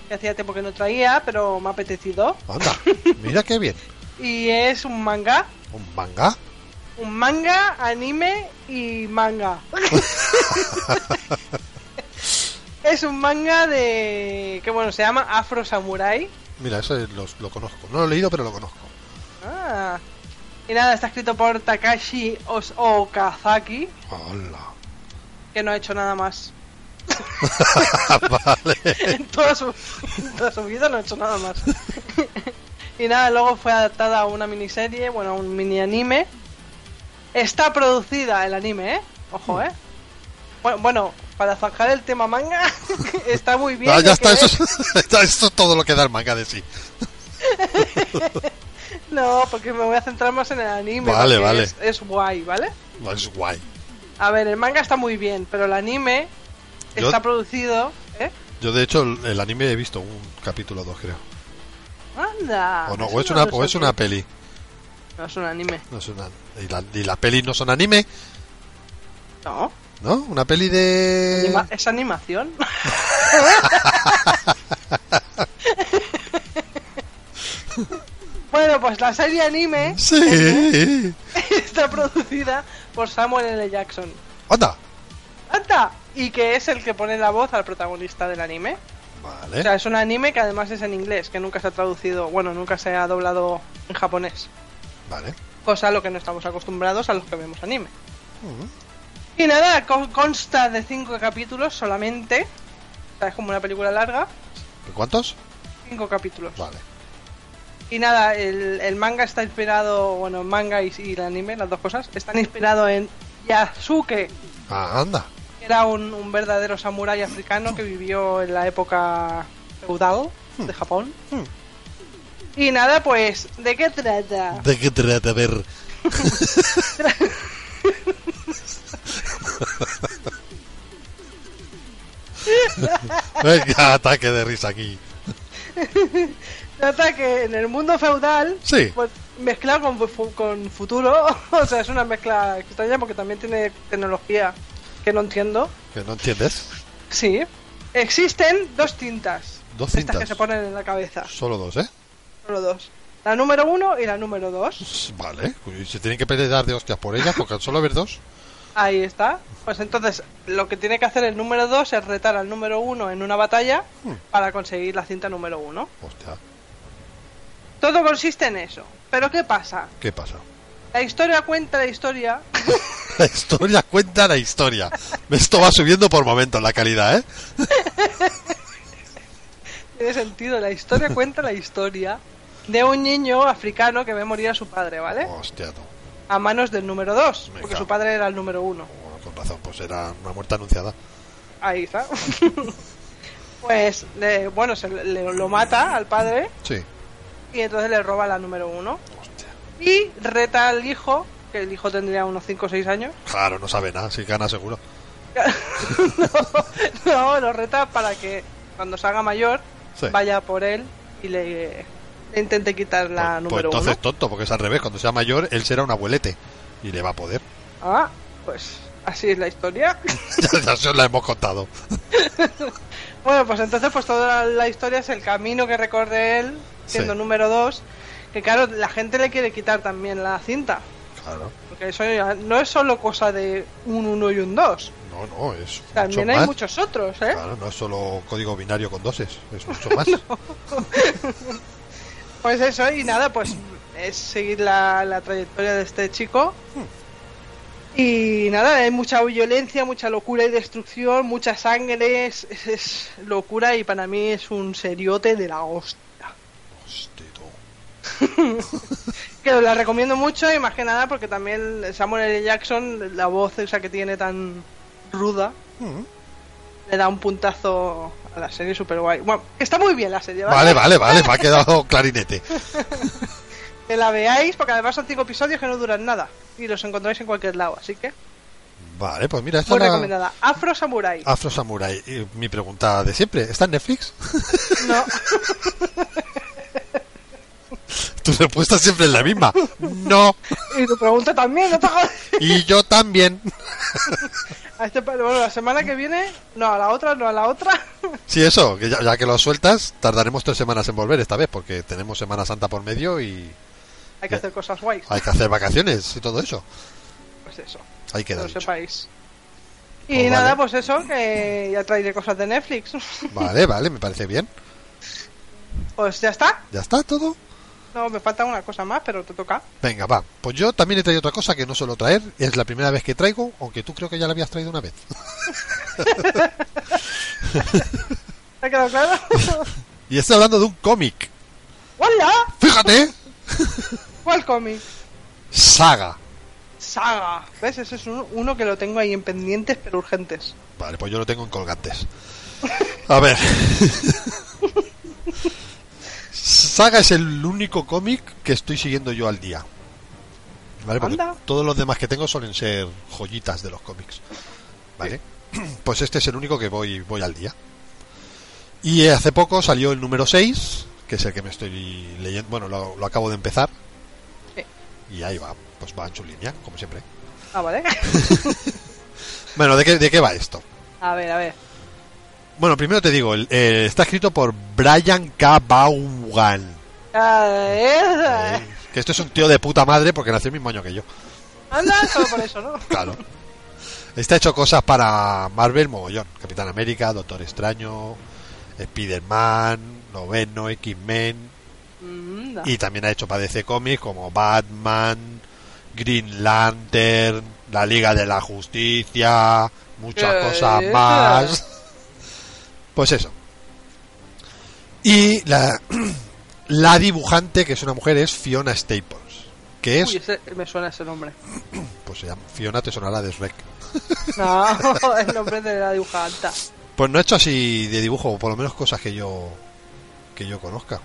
que hacía tiempo que no traía, pero me ha apetecido.
anda, mira qué bien.
Y es un manga.
¿Un manga?
Un manga, anime y manga. es un manga de. que bueno, se llama Afro Samurai.
Mira, eso es- los- lo, conozco. No lo he leído, pero lo conozco.
Ah. Y nada, está escrito por Takashi Os- Okazaki,
Hola.
que no ha hecho nada más.
vale.
en, toda su, en toda su vida no ha hecho nada más. y nada, luego fue adaptada a una miniserie, bueno, a un mini anime. Está producida el anime, ¿eh?
Mm.
Ojo, ¿eh? Bueno, bueno para zanjar el tema manga, está muy bien.
Ah, ya
lo
está,
que
eso,
es.
es- está- esto es todo lo que da el manga de sí.
No, porque me voy a centrar más en el anime.
Vale,
porque
vale.
Es, es guay, ¿vale?
No, Es guay.
A ver, el manga está muy bien, pero el anime
Yo-
está producido. ¿eh?
Yo, de hecho, el, el anime he visto un capítulo o dos, creo.
Anda.
o no,
eso
o es,
Ah, pues no
una,
lo
o es
sabía.
una peli.
No es un anime.
No es una, y, la, y las pelis no son anime,
No.
¿no? Una peli de.
Anima- ¿Es animación? bueno, pues la serie anime
Sí.
está producida por Samuel L. Jackson.
Anda.
¡Anda! Y que es el que pone la voz al protagonista del anime.
Vale.
O sea, es un anime que además es en inglés, que nunca se ha traducido, bueno, nunca se ha doblado en japonés.
Vale.
Cosa a lo que no estamos acostumbrados a los que vemos anime.
Mm,
Y nada, con- consta de cinco capítulos solamente. O sea, es como una película larga.
¿y ¿Cuántos?
Cinco capítulos.
Vale.
Y nada, el, el manga está inspirado, bueno, manga y, y el anime, las dos cosas, están inspirados en Yasuke, que
Ah, anda.
era un, un verdadero samurái africano que vivió en la época feudal de Japón. Y nada, pues, ¿de qué trata?
¿De qué trata? A ver. Venga, ataque de risa aquí.
Trata que en el mundo feudal,
Sí.
pues, mezclado con, fu- con futuro, o sea, es una mezcla extraña porque también tiene tecnología que no entiendo.
¿Que no entiendes?
Sí. Existen dos tintas.
Dos
Estas
cintas.
que se ponen en la cabeza.
Solo dos, ¿eh?
Solo dos. La número uno y la número dos.
Vale. Uy, se tienen que pelear de hostias por ellas porque al solo ver dos.
Ahí está. Pues entonces, lo que tiene que hacer el número dos es retar al número uno en una batalla
Hmm.
para conseguir la cinta número uno.
Hostia.
Todo consiste en eso. Pero ¿qué pasa?
¿Qué pasa?
La historia cuenta la historia.
La historia cuenta la historia. Esto va subiendo por momentos la calidad, ¿eh?
tiene sentido. La historia cuenta la historia de un niño africano que ve morir a su padre, ¿vale?
Hostia, no.
A manos del número dos.
Me
Porque
cago.
su padre era el número uno.
Bueno, con razón, pues era una muerte anunciada.
Ahí está. pues, le- bueno, se le- le- lo mata al padre
Sí.
y entonces le roba la número uno.
Hostia.
Y reta al hijo, que el hijo tendría unos 5 o 6 años.
Claro, no sabe nada, si gana seguro.
no, lo reta para que cuando se haga mayor
Sí.
vaya por él y le, le intente quitar la
pues, pues
número
entonces tonto, porque es al revés. Cuando sea mayor, él será un abuelete. Y le va a poder.
uno. Ah, pues así es la historia.
ya, ya se la hemos contado.
Bueno, pues entonces pues toda la, la historia es el camino que recorre él siendo
Sí.
número 2, que claro, la gente le quiere quitar también la cinta,
Claro.
porque eso ya no es solo cosa de un 1 y un 2,
No, no, es.
también
mucho
hay
más.
muchos otros, ¿eh?
Claro, no es solo código binario con doses, es mucho más.
Pues eso, y nada, pues es seguir la, la trayectoria de este chico.
Hmm.
Y nada, hay mucha violencia, mucha locura y destrucción, mucha sangre, es, es- es locura y para mí es un seriote de la hostia.
Hostia, tú.
Que os la recomiendo mucho y más que nada porque también Samuel L. Jackson, la voz esa que tiene tan ruda,
Mm.
le da un puntazo a la serie super guay. Bueno, que está muy bien la serie, ¿vale?
Vale, vale, vale, me ha quedado clarinete.
Que la veáis porque además son cinco episodios que no duran nada y los encontráis en cualquier lado, así que...
Vale, pues mira, esta
Muy
es la-
recomendada. Afro Samurai.
Afro Samurai. Y mi pregunta de siempre, ¿está en Netflix?
No,
Tu respuesta siempre es la misma. No.
Y tu pregunta también, no te jodas.
Y yo también.
A este pa- bueno, la semana que viene, no, a la otra, no, a la otra.
Sí, eso, que ya, ya que lo sueltas, tardaremos tres semanas en volver esta vez, porque tenemos Semana Santa por medio y
Hay que hacer cosas guays.
hay que hacer vacaciones y todo eso.
Pues eso,
Hay que
que lo
dar.
sepáis. Y
Pues vale.
nada, pues eso, que ya traeré cosas de Netflix.
Vale, vale, me parece bien.
Pues ya está.
¿Ya está todo?
No, me falta una cosa más, pero te toca.
Venga, va. Pues yo también he traído otra cosa que no suelo traer. Es la primera vez que traigo, aunque tú creo que ya la habías traído una vez.
¿Te ha quedado claro?
Y estoy hablando de un cómic.
¡Hola!
Fíjate.
¿Cuál cómic?
Saga.
Saga. ¿Ves? Ese es un- uno que lo tengo ahí en pendientes, pero urgentes.
Vale, pues yo lo tengo en colgantes. A ver. Saga es el único cómic que estoy siguiendo yo al día. Vale, porque
Anda.
todos los demás que tengo suelen ser joyitas de los cómics. Vale. Pues este es el único que voy, voy al día. Y eh, hace poco salió el número 6, que es el que me estoy leyendo. Bueno, lo, lo acabo de empezar.
Sí.
Y ahí va, pues va en su línea, como siempre.
Ah, vale.
Bueno, ¿de qué, de qué va esto?
A ver, a ver.
Bueno, primero te digo, el- eh, está escrito por Brian K. Vaughan.
A ver.
Eh, que este es un tío de puta madre porque nació el mismo año que yo.
Anda, solo por eso, ¿no?
Claro. Este ha hecho cosas para Marvel mogollón. Capitán América, Doctor Extraño, Spider-Man, Noveno, X-Men.
Anda.
Y también ha hecho para DC Comics como Batman, Green Lantern, La Liga de la Justicia, muchas
Eh,
cosas
eh.
más. Pues eso. Y la, la dibujante, que es una mujer, es Fiona Staples. Que es,
Uy, ese- me suena ese nombre.
pues se llama- Fiona te sonará de Shrek.
No, el nombre de la dibujanta.
Pues no ha hecho así de dibujo, o por lo menos cosas que yo que yo conozca.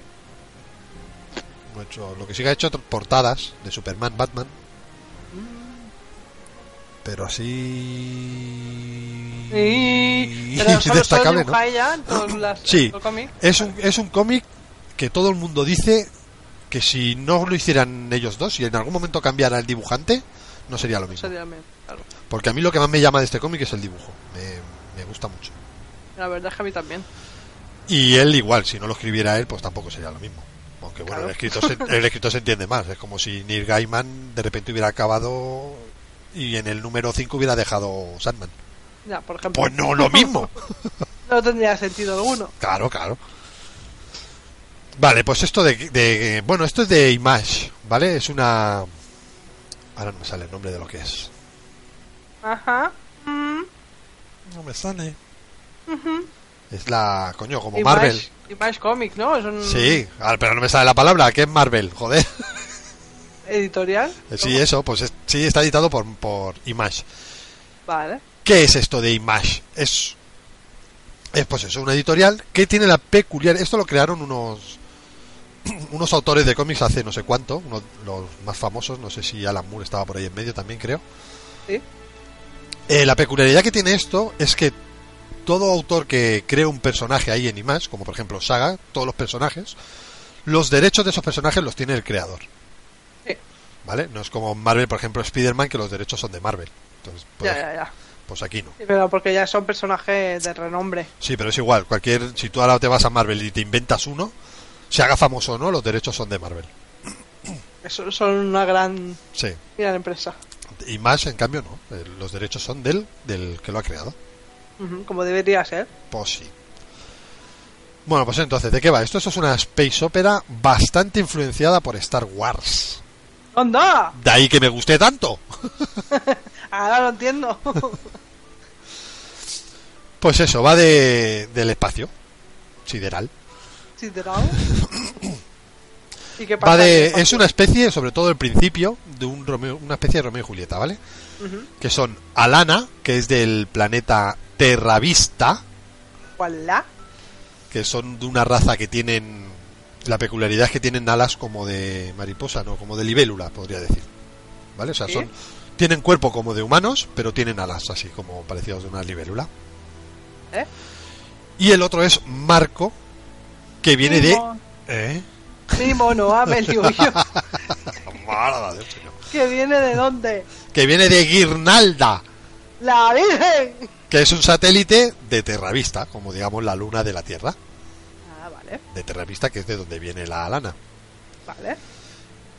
No ha hecho, lo que sí que ha hecho portadas de Superman, Batman. Pero así
Sí, pero solo, solo
destacable, ¿no?
dibuja ella en todos las-
Sí.
los cómics.
Es un es un cómic que todo el mundo dice que si no lo hicieran ellos dos, si en algún momento cambiara el dibujante, no sería lo mismo.
Seriamente, claro.
Porque a mí lo que más me llama de este cómic es el dibujo. Me- me gusta mucho.
La verdad es que a mí también.
Y él igual, si no lo escribiera él, pues tampoco sería lo mismo. Aunque bueno,
Claro.
el, escritor se, el escritor se entiende más. Es como si Neil Gaiman de repente hubiera acabado y en el número 5 hubiera dejado Sandman.
Ya, por ejemplo.
Pues no, lo mismo.
No tendría sentido alguno.
Claro, claro. Vale, pues esto de, de- Bueno, esto es de Image, ¿vale? Es una... Ahora no me sale el nombre de lo que es.
Ajá. Mm,
No me sale.
ujú.
Es la... Coño, como
Y
Marvel.
más- Y más cómics, ¿no? Es un
Sí, ah, pero no me sale la palabra. ¿Qué es Marvel? Joder.
editorial.
Sí,
¿Cómo?
eso, pues es- sí, está editado por, por Image.
Vale.
¿Qué es esto de Image? Es, es pues eso, una editorial que tiene la peculiar. Esto lo crearon unos unos autores de cómics hace no sé cuánto, uno- los más famosos, no sé si Alan Moore estaba por ahí en medio también, creo.
Sí.
Eh, la peculiaridad que tiene esto es que todo autor que cree un personaje ahí en Image, como por ejemplo Saga, todos los personajes, los derechos de esos personajes los tiene el creador.
Sí.
¿Vale? No es como Marvel, por ejemplo, Spider-Man, que los derechos son de Marvel. Entonces, por
Ya,
ej-
ya, ya.
pues aquí no.
Sí, Pero porque ya son personajes de renombre.
Sí, pero es igual. Cualquier, si tú ahora te vas a Marvel y te inventas uno, se haga famoso o no, los derechos son de Marvel.
Eso- son una gran,
Sí.
gran empresa.
Y más, en cambio, no. Eh, Los derechos son del, del que lo ha creado.
Ujú, Como debería ser.
Pues sí. Bueno, pues entonces, ¿de qué va? Esto, esto es una space opera bastante influenciada por Star Wars.
¡Onda!
De ahí que me guste tanto.
Ahora lo entiendo.
Pues eso, va de, del espacio sideral.
Sí, te lo hago. ¿Y qué pasa?
Va de,
¿Qué pasa?
es una especie, sobre todo el principio, de un Romeo- una especie de Romeo y Julieta, ¿vale?
Ujú.
que son Alana, que es del planeta Terravista,
Voilà.
que son de una raza que tienen la peculiaridad es que tienen alas como de mariposa, no, como de libélula, podría decir. ¿Vale? O sea,
Sí.
son tienen cuerpo como de humanos, pero tienen alas así como parecidos de una libélula.
¿Eh?
Y el otro es Marco, que viene de
Mimo-
¿Eh?
Mimo, no, Amelio.
Mala madre, señor.
¿Que viene de dónde?
que viene de Guirnalda,
¡La Virgen!
que es un satélite de Terravista, como digamos la luna de la Tierra,
Ah, vale,
de Terravista que es de donde viene la lana.
vale.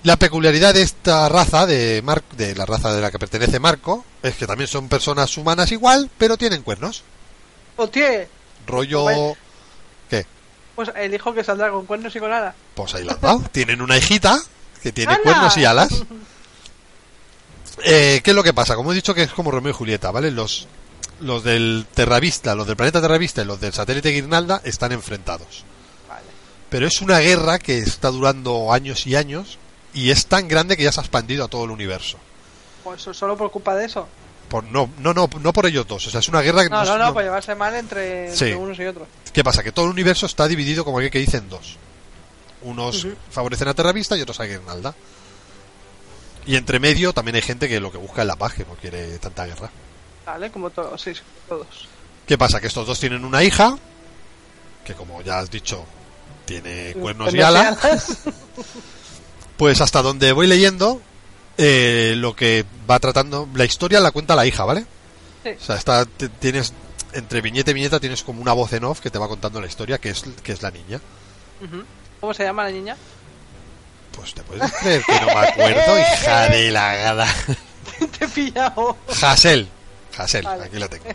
La peculiaridad de esta raza de Mar- de la raza de la que pertenece Marco es que también son personas humanas igual, pero tienen cuernos.
Hostia,
Rollo
Bueno.
¿Qué?
pues el hijo que saldrá con cuernos y con alas.
Pues ahí la Tienen una hijita que tiene
¡Hala!
cuernos y alas. Eh, ¿Qué es lo que pasa? Como he dicho que es como Romeo y Julieta, ¿vale? Los, los del Terravista, los del planeta Terravista y los del satélite Guirnalda están enfrentados.
Vale.
Pero es una guerra que está durando años y años y es tan grande que ya se ha expandido a todo el universo.
Pues so- solo por culpa de eso.
Por, Pues no, no, no, no por ellos dos. O sea, es una guerra que
No,
es-
no, pues no,
no-
para llevarse mal entre,
Sí.
entre unos y otros.
¿Qué pasa? Que todo el universo está dividido, como aquí que dicen, dos. Unos
Ujú.
favorecen a Terravista y otros a Guirnalda. Y entre medio también hay gente que lo que busca es la paz, que no quiere tanta guerra.
Vale, como todos, sí, sí, todos.
¿Qué pasa? Que estos dos tienen una hija, que como ya has dicho,
Mm,
tiene cuernos y alas. Pues hasta donde voy leyendo, eh, lo que va tratando, la historia la cuenta la hija, ¿vale?
Sí.
O sea, está, te- tienes, entre viñeta y viñeta tienes como una voz en off que te va contando la historia, que es, que es la niña.
Ujú. ¿Cómo se llama la niña?
Pues te puedes creer que no me acuerdo, hija de la gada.
Te he pillado.
Hassel. Hassel,
Vale.
aquí la tengo.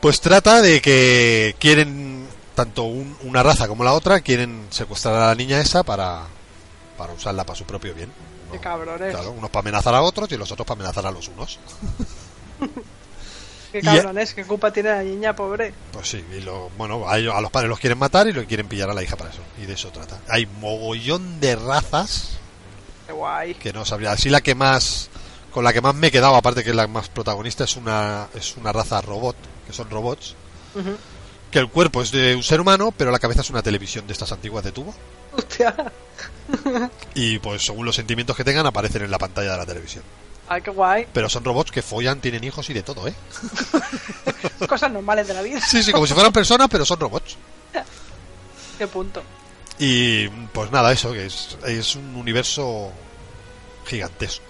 Pues trata de que quieren, tanto un- una raza como la otra, quieren secuestrar a la niña esa para, para usarla para su propio bien.
Qué
No,
cabrones.
claro, unos para amenazar a otros y los otros para amenazar a los unos.
Qué
Y-
cabrones, qué culpa tiene la niña, pobre.
Pues sí, y lo- bueno, a, ellos- a los padres los quieren matar y lo quieren pillar a la hija para eso. Y de eso trata. Hay mogollón de razas
Qué guay.
que no sabría. Así la que más con la que más me he quedado, aparte que es la más protagonista, es una es una raza robot, que son robots,
Ujú.
que el cuerpo es de un ser humano, pero la cabeza es una televisión de estas antiguas de tubo.
Hostia.
Y pues según los sentimientos que tengan aparecen en la pantalla de la televisión.
Ay, qué guay.
Pero son robots que follan, tienen hijos y de todo, ¿eh?
Cosas normales de la vida.
Sí, sí, como si fueran personas, pero son robots.
Qué punto.
Y pues nada, eso que es, es un universo gigantesco.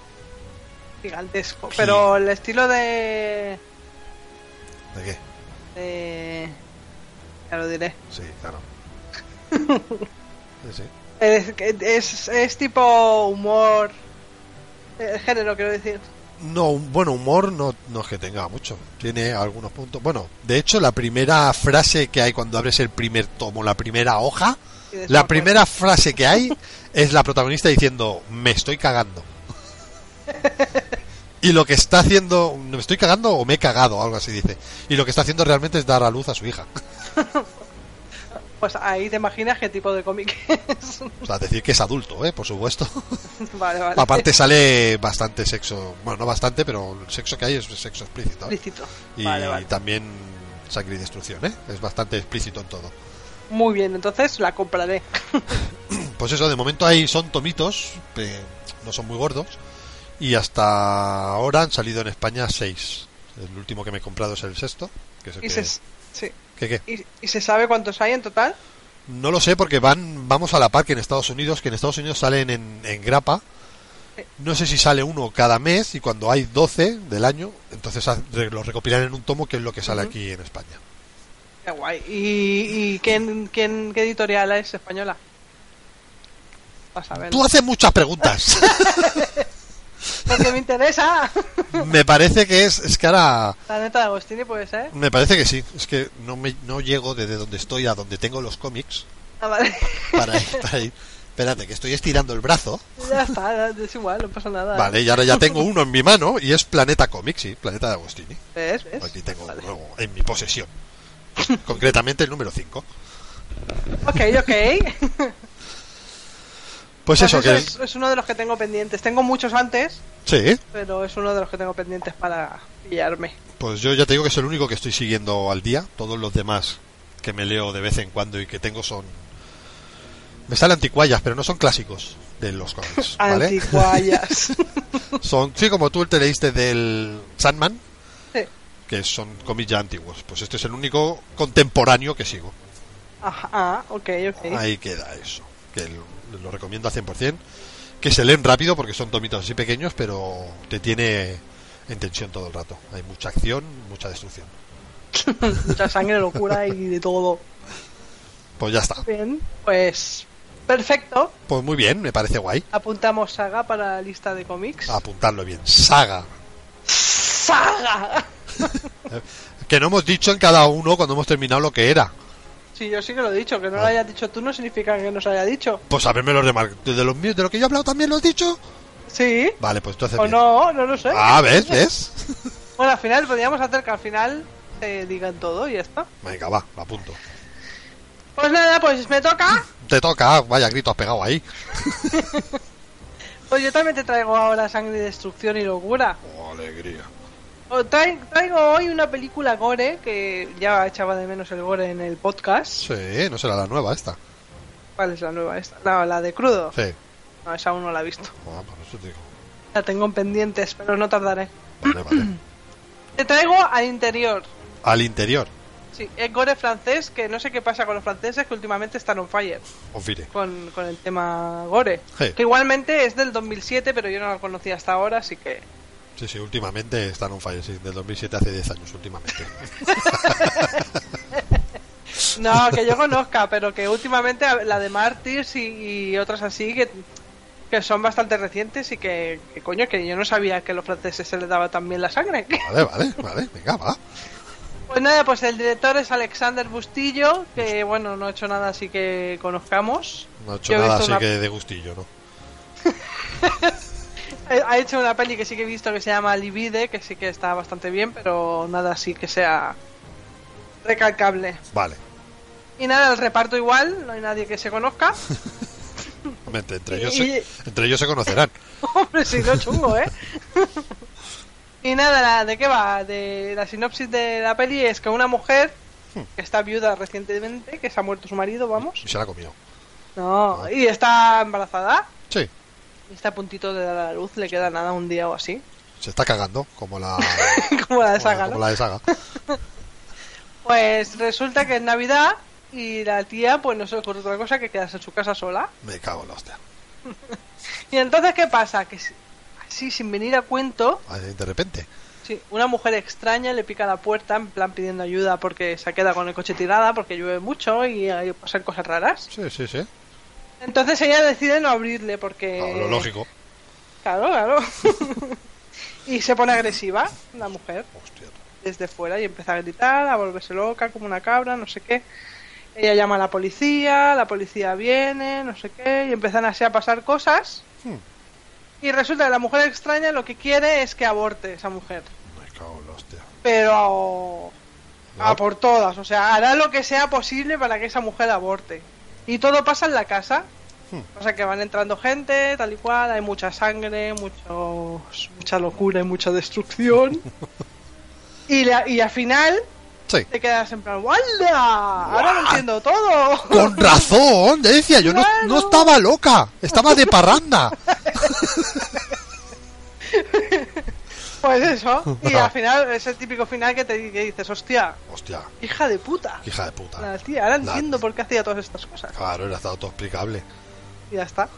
Gigantesco.
Sí.
Pero el estilo de.
¿De qué?
de- Ya lo diré.
Sí, claro. Sí, sí.
Es, es, es tipo humor. eh, género, quiero decir.
No, un- bueno, humor no, no es que tenga mucho. Tiene algunos puntos. Bueno, de hecho, la primera frase que hay cuando abres el primer tomo, la primera hoja,
Y de eso me
la
acuerdo.
primera frase que hay es la protagonista diciendo, me estoy cagando. Y lo que está haciendo, me estoy cagando o me he cagado, algo así dice. Y lo que está haciendo realmente es dar a luz a su hija.
Pues ahí te imaginas qué tipo de cómic es.
O sea, decir que es adulto, ¿eh? por supuesto.
vale, vale.
Aparte sale bastante sexo. Bueno, no bastante, pero el sexo que hay es sexo explícito. ¿eh?
Lícito.
Y
Vale, vale.
también sangre y destrucción, ¿eh? Es bastante explícito en todo.
Muy bien, entonces la compraré.
Pues eso, de momento ahí son tomitos, eh, no son muy gordos. Y hasta ahora han salido en España seis. El último que me he comprado es el sexto. Que es el
Y
que-
se, sí.
que- que-
¿Y, y se sabe cuántos hay en total?
No lo sé porque van vamos a la par que en Estados Unidos, que en Estados Unidos salen en, en grapa. No sé si sale uno cada mes y cuando hay 12 del año, entonces ha- re- los recopilan en un tomo que es lo que sale aquí en España.
Qué guay. ¿Y, y quién, quién, qué editorial es española? Vas a ver.
Tú haces muchas preguntas.
Porque me interesa.
me parece que es, es que ahora
La neta de Agostini puede ser.
Me parece que sí. Es que no me no llego desde donde estoy a donde tengo los cómics
Ah, vale.
para ir, para ir. Espérate, que estoy estirando el brazo.
ya está, es igual, no pasa nada.
Vale, y ahora ya tengo uno en mi mano y es Planeta Comics, sí, Planeta de Agostini.
¿Ves? ¿Ves?
Pues Aquí tengo uno en mi posesión. Concretamente el número 5.
Ok, ok.
Pues
Pues
eso,
eso
que
es, es uno de los que tengo pendientes. Tengo muchos antes,
Sí,
pero es uno de los que tengo pendientes para pillarme.
pues yo ya te digo que es el único que estoy siguiendo al día. Todos los demás que me leo de vez en cuando y que tengo son. Me salen anticuallas, pero no son clásicos de los cómics. ¿vale?
Anticuallas.
Son, sí, como tú te leíste del Sandman,
Sí.
que son cómics ya antiguos. Pues este es el único contemporáneo que sigo.
Ajá, ah, ok, ok.
Ahí queda eso. Que lo, lo recomiendo al 100%. que se leen rápido porque son tomitos así pequeños, pero te tiene en tensión todo el rato. Hay mucha acción, mucha destrucción.
Mucha sangre, locura y de todo.
Pues ya está.
Bien, pues perfecto.
Pues muy bien, me parece guay.
Apuntamos saga para la lista de cómics.
Apuntarlo bien. Saga.
¡Saga!
Que no hemos dicho en cada uno cuando hemos terminado lo que era.
Sí, yo sí que lo he dicho. Que
Ah.
no lo hayas dicho tú no significa que nos haya dicho.
Pues haberme los remar- de los míos, de lo que yo he hablado también lo has dicho.
Sí.
Vale, pues entonces.
O
bien.
no, no lo sé.
Ah, ves, ves.
Bueno, al final podríamos hacer que al final eh, digan todo y ya está.
Venga, va, lo apunto.
Pues nada, pues me toca.
Te toca, ah, vaya grito has pegado ahí.
Pues yo también te traigo ahora sangre, destrucción y locura.
alegría.
O trai- traigo hoy una película gore, que ya echaba de menos el gore en el podcast.
Sí, no será la nueva esta.
¿Cuál es la nueva esta? No, la de crudo.
Sí.
No, esa aún no la he visto.
Ah, pues eso te digo.
La tengo en pendientes, pero no tardaré.
Vale, vale.
Te traigo al interior.
Al interior,
Sí, es gore francés, que no sé qué pasa con los franceses, que últimamente están on fire
confiré.
con, con el tema gore.
Sí.
Que igualmente es del 2007, pero yo no la conocía hasta ahora, así que...
Sí, sí, últimamente están on fire, sí, del 2007 hace 10 años, últimamente.
No, que yo conozca, pero que últimamente la de Martyrs y, y otras así que, que son bastante recientes y que, que coño, que yo no sabía que a los franceses se les daba también la sangre.
Vale, vale, vale, venga, va.
Pues nada, pues el director es Alexander Bustillo, que bueno, no ha hecho nada así que conozcamos.
No he hecho
Yo he
nada
visto
así
una-
que de gustillo, ¿no?
Ha ha hecho una peli que sí que he visto que se llama Livide, que sí que está bastante bien, pero nada así que sea recalcable.
Vale,
Y nada, el reparto igual, no hay nadie que se conozca.
Hombre, entre, entre ellos
Y-
se, entre ellos se conocerán.
Hombre, si no chungo, ¿eh? y nada, la- ¿de qué va? De la sinopsis de la peli es que una mujer
Hmm.
que está viuda recientemente, que se ha muerto su marido, vamos.
Y se la ha comido.
No, y está embarazada,
Sí,
y está a puntito de dar a luz, le queda nada un día o así.
se está cagando, como la,
como la
como
de
la-
Saga, ¿no?
como la de saga.
Pues resulta que es Navidad y la tía, pues no se le ocurre otra cosa que quedarse en su casa sola.
Me cago en la hostia.
Y entonces, ¿qué pasa? Que si- así, sin venir a cuento,
Ay, De repente.
Sí, una mujer extraña le pica a la puerta en plan pidiendo ayuda porque se queda con el coche tirada porque llueve mucho y ahí pasan cosas raras.
Sí, sí, sí.
Eh. Entonces ella decide no abrirle porque...
Claro, Ah, lo lógico.
Claro, claro. y se pone agresiva la mujer
Hostia.
desde fuera y empieza a gritar, a volverse loca como una cabra, no sé qué. Ella llama a la policía, la policía viene, no sé qué, y empiezan así a pasar cosas.
Hmm.
Y resulta que la mujer extraña lo que quiere es que aborte esa mujer.
Me cago en la hostia.
Pero a por todas, o sea, hará lo que sea posible para que esa mujer aborte. Y todo pasa en la casa.
Hmm.
O sea, que van entrando gente, tal y cual, hay mucha sangre, muchos, mucha locura y mucha destrucción. y, la- y al final
Sí.
te quedas en plan, ¡Wanda! Ahora lo entiendo todo.
Con razón, ya decía, yo no,
Claro.
no estaba loca, estaba de parranda.
pues eso. Y al final es el típico final que te di- que dices, hostia,
Hostia,
hija de puta.
qué hija de puta.
La tía, ahora
La-
entiendo por qué hacía todas estas cosas.
Claro, era estado todo explicable.
Y ya está.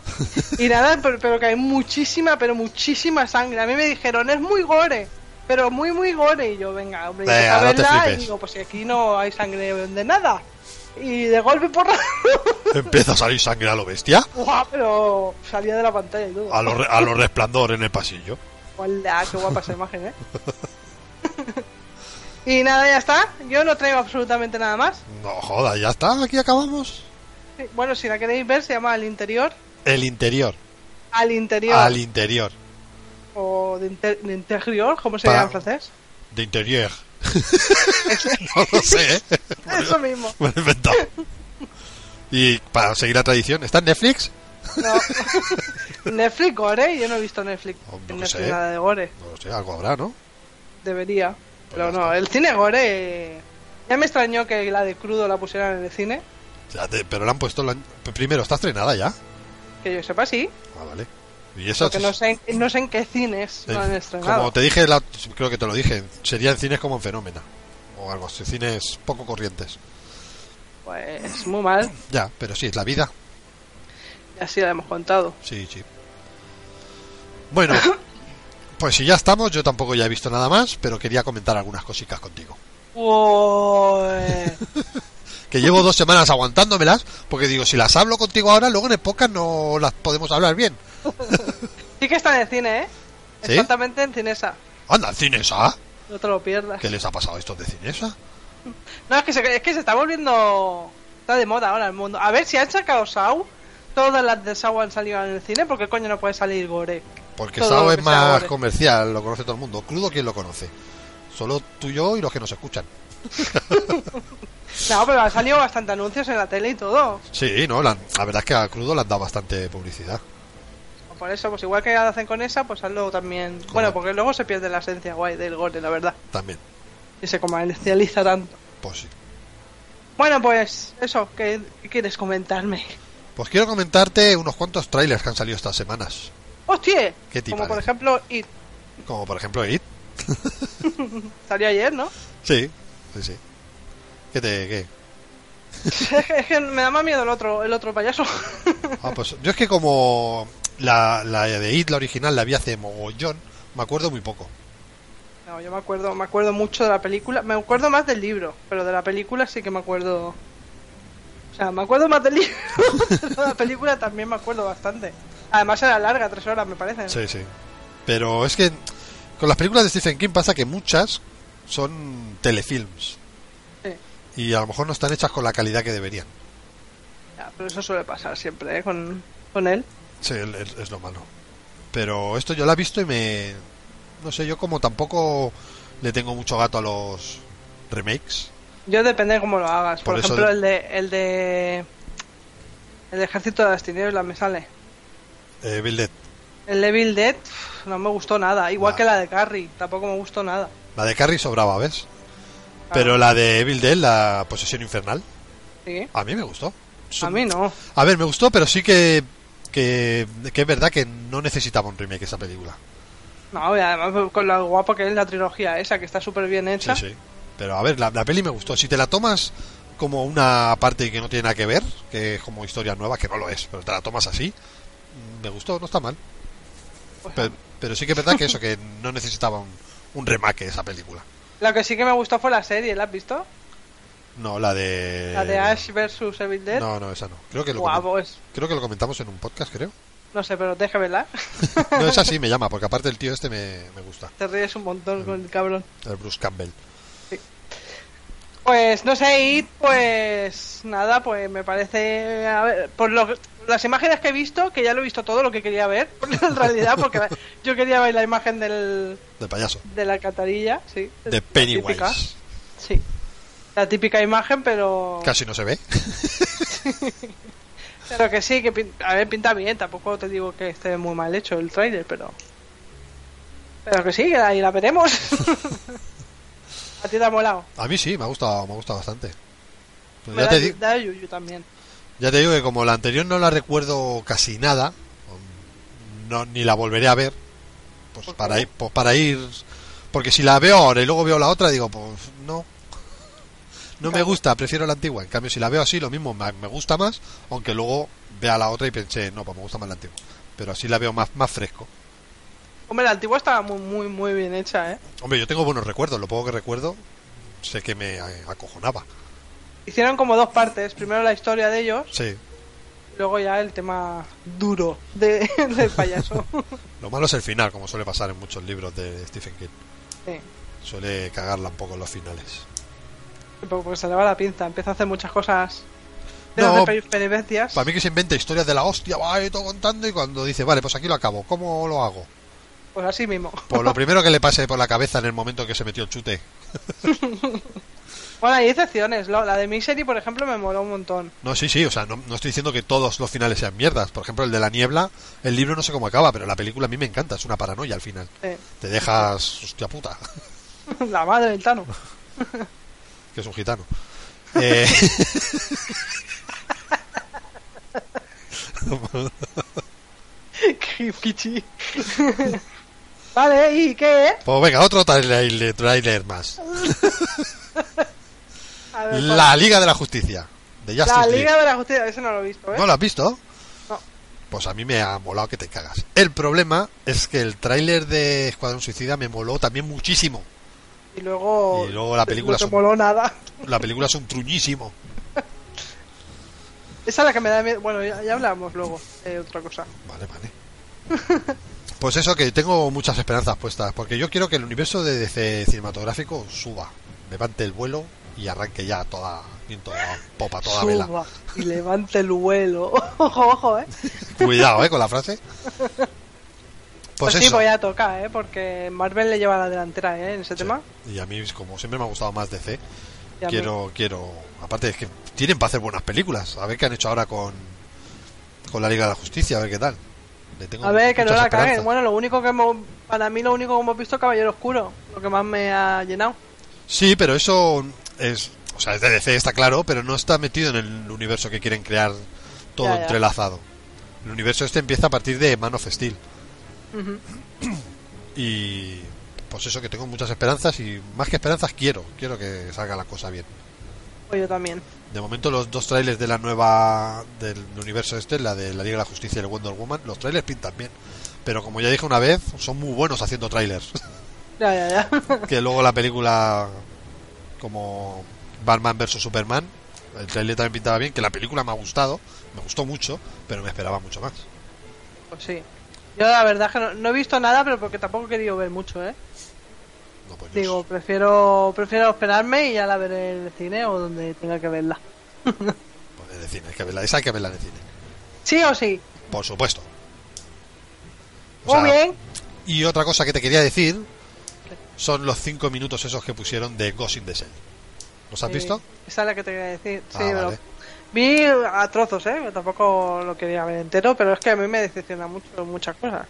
Y nada, pero, pero que hay muchísima, pero muchísima sangre. A mí me dijeron, es muy gore, pero muy, muy gore. Y yo, venga, hombre,
Venga,
ya
no te
verla. y
flipes.
digo, pues si aquí no hay sangre de nada. Y de golpe por
Empieza a salir sangre a lo bestia,
Buah, pero salía de la pantalla y todo.
a lo, re- a lo resplandor en el pasillo.
Hola, qué guapa esa imagen, ¿eh? y nada, ya está. Yo no traigo absolutamente nada más.
No joda, ya está, aquí acabamos.
Sí, Bueno, si la queréis ver, se llama Al Interior.
El interior,
Al Interior.
al interior,
O de, inter- de Interior, ¿cómo se
Pa-
llama en francés?
de interior. no lo sé, ¿eh?
Eso mismo.
me lo he inventado. Y para seguir la tradición, ¿está en Netflix?
No. Netflix gore, yo no he visto Netflix,
Hombre,
en
que
Netflix
Oh, sé.
nada de gore.
No lo sé, algo habrá, ¿no?
Debería. Pero
Pues ya
no, el cine gore. eh, Ya me extrañó que la de crudo la pusieran en el cine.
Ya te- pero la han puesto. la han- Primero, ¿está estrenada ya?
Que yo sepa, sí.
Ah, vale. Y esa
Porque no sé, en- no sé en qué cines
En-
lo han
como
estrenado.
te dije, la- creo que te lo dije, sería en cines como en fenómeno. O algo así, cines poco corrientes.
Pues muy mal.
Ya, pero sí, es la vida.
Y así la hemos contado.
Sí, sí. Bueno, pues si ya estamos, yo tampoco ya he visto nada más, pero quería comentar algunas cositas contigo.
Ué.
Que llevo dos semanas aguantándomelas, porque digo, si las hablo contigo ahora, luego en épocas no las podemos hablar bien.
Sí que está en el cine, ¿eh?
¿Sí?
Exactamente en Cinesa.
Anda, Cinesa.
No te lo pierdas.
¿Qué les ha pasado a estos de Cinesa?
No, es que, se, es que se está volviendo... Está de moda ahora el mundo. A ver si han sacado Saw. Todas las de Saw han salido en el cine. ¿Por qué coño no puede salir Gore?
Porque
Todo
Sao
lo
es
que sea
más
gore.
comercial, lo conoce todo el mundo. Crudo, ¿quién lo conoce? Solo tú, yo y los que nos escuchan.
No, pero han salido bastante anuncios en la tele y todo.
Sí, no, la, la verdad es que a Crudo le han dado bastante publicidad.
Por eso, pues igual que hacen con esa, pues hazlo también. Bueno, porque luego se pierde la esencia guay del gore, la verdad.
También,
Y se comercializa tanto.
pues sí.
Bueno, pues eso, ¿qué, qué quieres comentarme?
Pues quiero comentarte unos cuantos trailers que han salido estas semanas.
¡Hostia!
¿Qué te
Como por
parece?
ejemplo It.
Como por ejemplo It.
Salió ayer, ¿no?
Sí, sí, sí. ¿Qué te.? Qué?
es, que, es que me da más miedo el otro, el otro payaso.
Ah, pues yo es que como la, la de It, la original, la vi hace mogollón, me acuerdo muy poco.
no, yo me acuerdo, me acuerdo mucho de la película. Me acuerdo más del libro, pero de la película sí que me acuerdo. O sea, me acuerdo más del libro, pero de la película también me acuerdo bastante. Además era larga, tres horas me parece.
Sí, sí. Pero es que con las películas de Stephen King pasa que muchas son telefilms.
Sí.
Y a lo mejor no están hechas con la calidad que deberían.
Ya, pero eso suele pasar siempre ¿eh? con, con él.
Sí, el- el- es, lo malo. Pero esto yo la he visto y me... No sé, yo como tampoco le tengo mucho gato a los remakes.
Yo depende de cómo lo hagas.
Por
Por,
eso
ejemplo,
de-
el de el de el de Ejército de las Tinieblas me sale.
Eh, Bill Dead.
El Evil Dead pf, no me gustó nada, igual
Nah.
que la de Carrie, tampoco me gustó nada.
La de Carrie sobraba, ¿ves? Pero la de Evil Dead, la posesión infernal,
Sí.
a mí me gustó.
A mí no.
A ver, me gustó, pero sí que, que, que es verdad que no necesitaba un remake esa película.
No, y además con lo guapo que es la trilogía esa, que está súper bien
Sí,
hecha.
sí. Pero a ver, la, la peli me gustó. Si te la tomas como una parte que no tiene nada que ver, que es como historia nueva, que no lo es, pero te la tomas así, mm, me gustó, no está mal.
Pues,
Pero, pero sí que es verdad que eso, que no necesitaba un, un remake esa película.
Lo que sí que me gustó fue la serie, ¿la has visto?
No, la de...
La de Ash versus Evil Dead.
Eh, No, no, esa no. Creo que lo,
Guau,
comen-
pues,
creo que lo comentamos en un podcast, creo.
no sé, pero deja verla.
No, esa sí me llama, porque aparte el tío este me, me gusta,
Te ríes un montón con el cabrón.
el Bruce Campbell.
Pues no sé, y pues nada, pues me parece, a ver, por lo- las imágenes que he visto, que ya lo he visto todo lo que quería ver, en realidad, porque la- yo quería ver la imagen del,
De payaso.
de la catarilla, sí.
De
la típica,
Pennywise.
Sí. La típica imagen, pero,
Casi no se ve.
pero que sí, que pin- a ver, pinta bien, tampoco te digo que esté muy mal hecho el trailer, pero... Pero que sí, que ahí la veremos. a ti te ha molado.
A mí sí, me ha gustado, me ha gustado bastante. Pero
Me
Pues ya,
da,
te di-
da yuyu también.
ya te digo que como la anterior no la recuerdo casi nada, no, ni la volveré a ver, pues
¿Por qué?
para, ir, pues para ir... Porque si la veo ahora y luego veo la otra, digo, pues no. No me
Claro.
gusta, prefiero la antigua. En cambio, si la veo así, lo mismo, me me gusta más, aunque luego vea la otra y pensé, no, pues me gusta más la antigua. Pero así la veo más, más fresco.
Hombre, la antigua estaba muy, muy, muy bien hecha, ¿eh?
Hombre, yo tengo buenos recuerdos, lo poco que recuerdo, sé que me eh, acojonaba.
Hicieron como dos partes. Primero la historia de ellos,
Sí,
luego ya el tema duro de, del payaso.
Lo malo es el final, como suele pasar en muchos libros de Stephen King.
Sí.
Suele cagarla un poco en los finales.
Porque porque se le va la pinza, empieza a hacer muchas cosas. Empieza
No,
a hacer peri- peripecias.
Para mí que se inventa historias de la hostia, va y todo contando y cuando dice, vale, pues aquí lo acabo, ¿cómo lo hago?
Pues así mismo.
Por lo primero que le pase por la cabeza en el momento que se metió el chute.
Bueno, hay excepciones. lo- La de Misery, por ejemplo, me moló un montón.
No, sí, sí, o sea, no, no estoy diciendo que todos los finales sean mierdas. Por ejemplo, el de la niebla, el libro no sé cómo acaba, pero la película a mí me encanta, es una paranoia al final.
Eh,
Te dejas, hostia puta,
la madre del Tano.
que es un gitano. Eh...
Qué pichi. vale, ¿y qué? eh?
pues venga, otro trailer, trailer más.
A ver,
La Liga de la Justicia, de
pues,
Justice
la
League.
Liga de la Justicia, ese no lo he visto, ¿eh?
¿No lo has visto?
No.
pues a mí me ha molado que te cagas. El problema es que el tráiler de Escuadrón Suicida me moló también muchísimo.
Y luego.
Y luego la película
No te
son-
moló nada.
La película es un truñísimo.
Esa es la que me da miedo. Bueno, ya, ya hablamos luego de otra cosa.
Vale, vale. Pues eso, que tengo muchas esperanzas puestas, porque yo quiero que el universo de DC cinematográfico suba, levante el vuelo y arranque ya toda, bien toda popa, toda vela.
Suba y levante el vuelo. ojo, ojo, eh.
Cuidado, eh, con la frase. Pues
Pues, sí,
eso.
voy a tocar, eh. Porque Marvel le lleva la delantera, eh, en ese tema.
Y a mí, como siempre me ha gustado más DC,
Y a mí-
quiero, quiero, aparte es que tienen para hacer buenas películas, a ver qué han hecho ahora con, con la Liga de la Justicia, a ver qué tal. Le tengo
A ver, que no
muchas
la caguen.
esperanzas.
Bueno, lo único que hemos. Para mí, lo único que hemos visto es Caballero Oscuro. Lo que más me ha llenado.
Sí, pero eso es. O sea, es de DC, está claro, pero no está metido en el universo que quieren crear todo
Ya, ya.
entrelazado. El universo este empieza a partir de Man of Steel.
Ujú.
Y. Pues eso, que tengo muchas esperanzas y más que esperanzas quiero. Quiero que salga la cosa bien.
Pues yo también.
De momento, los dos trailers de la nueva. del universo este, la de la Liga de la Justicia y el Wonder Woman, los trailers pintan bien. Pero como ya dije una vez, son muy buenos haciendo trailers.
Ya, ya, ya.
que luego la película como Batman vs Superman el trailer también pintaba bien que la película me ha gustado me gustó mucho pero me esperaba mucho más
pues sí. Yo la verdad es que no, no he visto nada, pero porque tampoco he querido ver mucho, eh.
no, pues, yo
Digo, prefiero prefiero esperarme y ya la veré en el cine o donde tenga que verla.
sé, pues, en el cine hay que verla esa hay que verla en el cine
Sí o sí.
por supuesto O
Muy
sea,
bien.
y otra cosa que te quería decir son los cinco minutos esos que pusieron de Ghost in the Shell ¿los has
Sí,
visto?
Esa es la que te quería decir. Sí,
Ah,
pero
vale.
vi a trozos, ¿eh? Tampoco lo quería ver entero, pero es que a mí me decepciona mucho muchas cosas.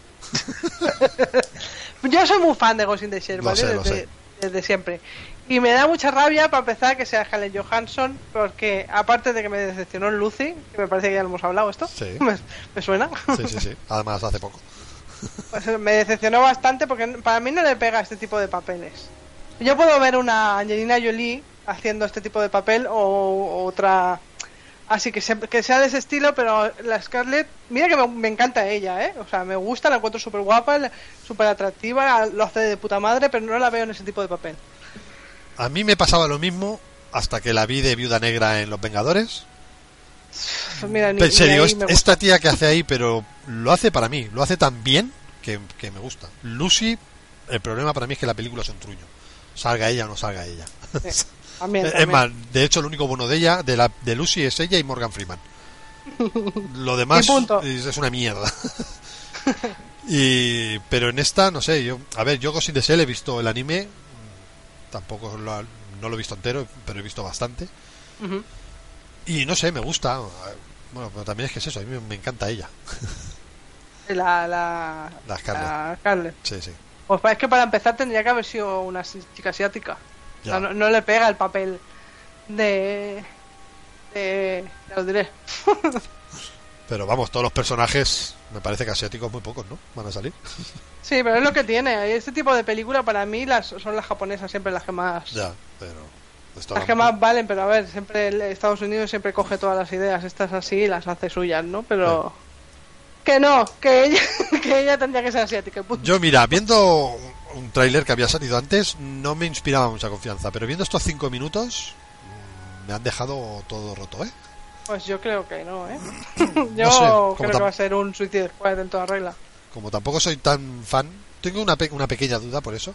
Yo soy muy fan de Ghost in the Shell,
Lo
¿vale?
sé, lo
desde,
sé.
desde siempre. Y me da mucha rabia para empezar que sea Helen Johansson, porque aparte de que me decepcionó en Lucy, que me parece que ya lo hemos hablado esto,
Sí.
me, me suena.
sí, sí, sí además hace poco
Pues me decepcionó bastante porque para mí no le pega este tipo de papeles. Yo puedo ver una Angelina Jolie haciendo este tipo de papel o, o otra. Así que, se- que sea de ese estilo, pero la Scarlett, mira que me, me encanta ella, ¿eh? O sea, me gusta, la encuentro súper guapa, súper atractiva, lo hace de puta madre, pero no la veo en ese tipo de papel.
a mí me pasaba lo mismo hasta que la vi de Viuda Negra en Los Vengadores
Pues mira, ni-
En serio,
ni ahí
est-
me gusta.
esta tía que hace ahí, pero lo hace para mí, lo hace tan bien que, que me gusta. Lucy, el problema para mí es que la película es un truño. Salga ella o no salga ella.
Sí, también,
Es
también.
más, de hecho, lo único bueno de ella, de, la, de Lucy, es ella y Morgan Freeman. Lo demás
Y punto.
es, es una mierda. y, pero en esta, no sé, yo, a ver, yo Ghost in the Shell he visto el anime, tampoco lo ha- no lo he visto entero, pero he visto bastante.
Ujú.
Y no sé, me gusta. Bueno, pero también es que es eso, a mí me- me encanta ella.
La, la,
La Scarlett.
la Scarlett.
Sí, sí.
Pues pa- es que para empezar tendría que haber sido una asi- chica asiática. O
Ya.
sea, no, no le pega el papel de. de. ya lo diré.
Pero vamos, todos los personajes, me parece que asiáticos muy pocos, ¿no? Van a salir.
Sí, pero es lo que tiene. Este tipo de película para mí las son las japonesas siempre las que más.
Ya, pero... esto
Las
va-
que más valen, pero a ver, siempre el- Estados Unidos siempre coge todas las ideas, estas así y las hace suyas, ¿no? Pero. Que no, que ella, que ella tendría que ser asiática. punto.
Yo, mira, viendo un tráiler que había salido antes, no me inspiraba mucha confianza. Pero viendo estos cinco minutos, mm, me han dejado todo roto, ¿eh?
Pues yo creo que no, ¿eh? Yo
No sé, como
creo
tam-
que va a ser un Suicide Squad en toda regla.
Como tampoco soy tan fan, tengo una, pe- una pequeña duda por eso.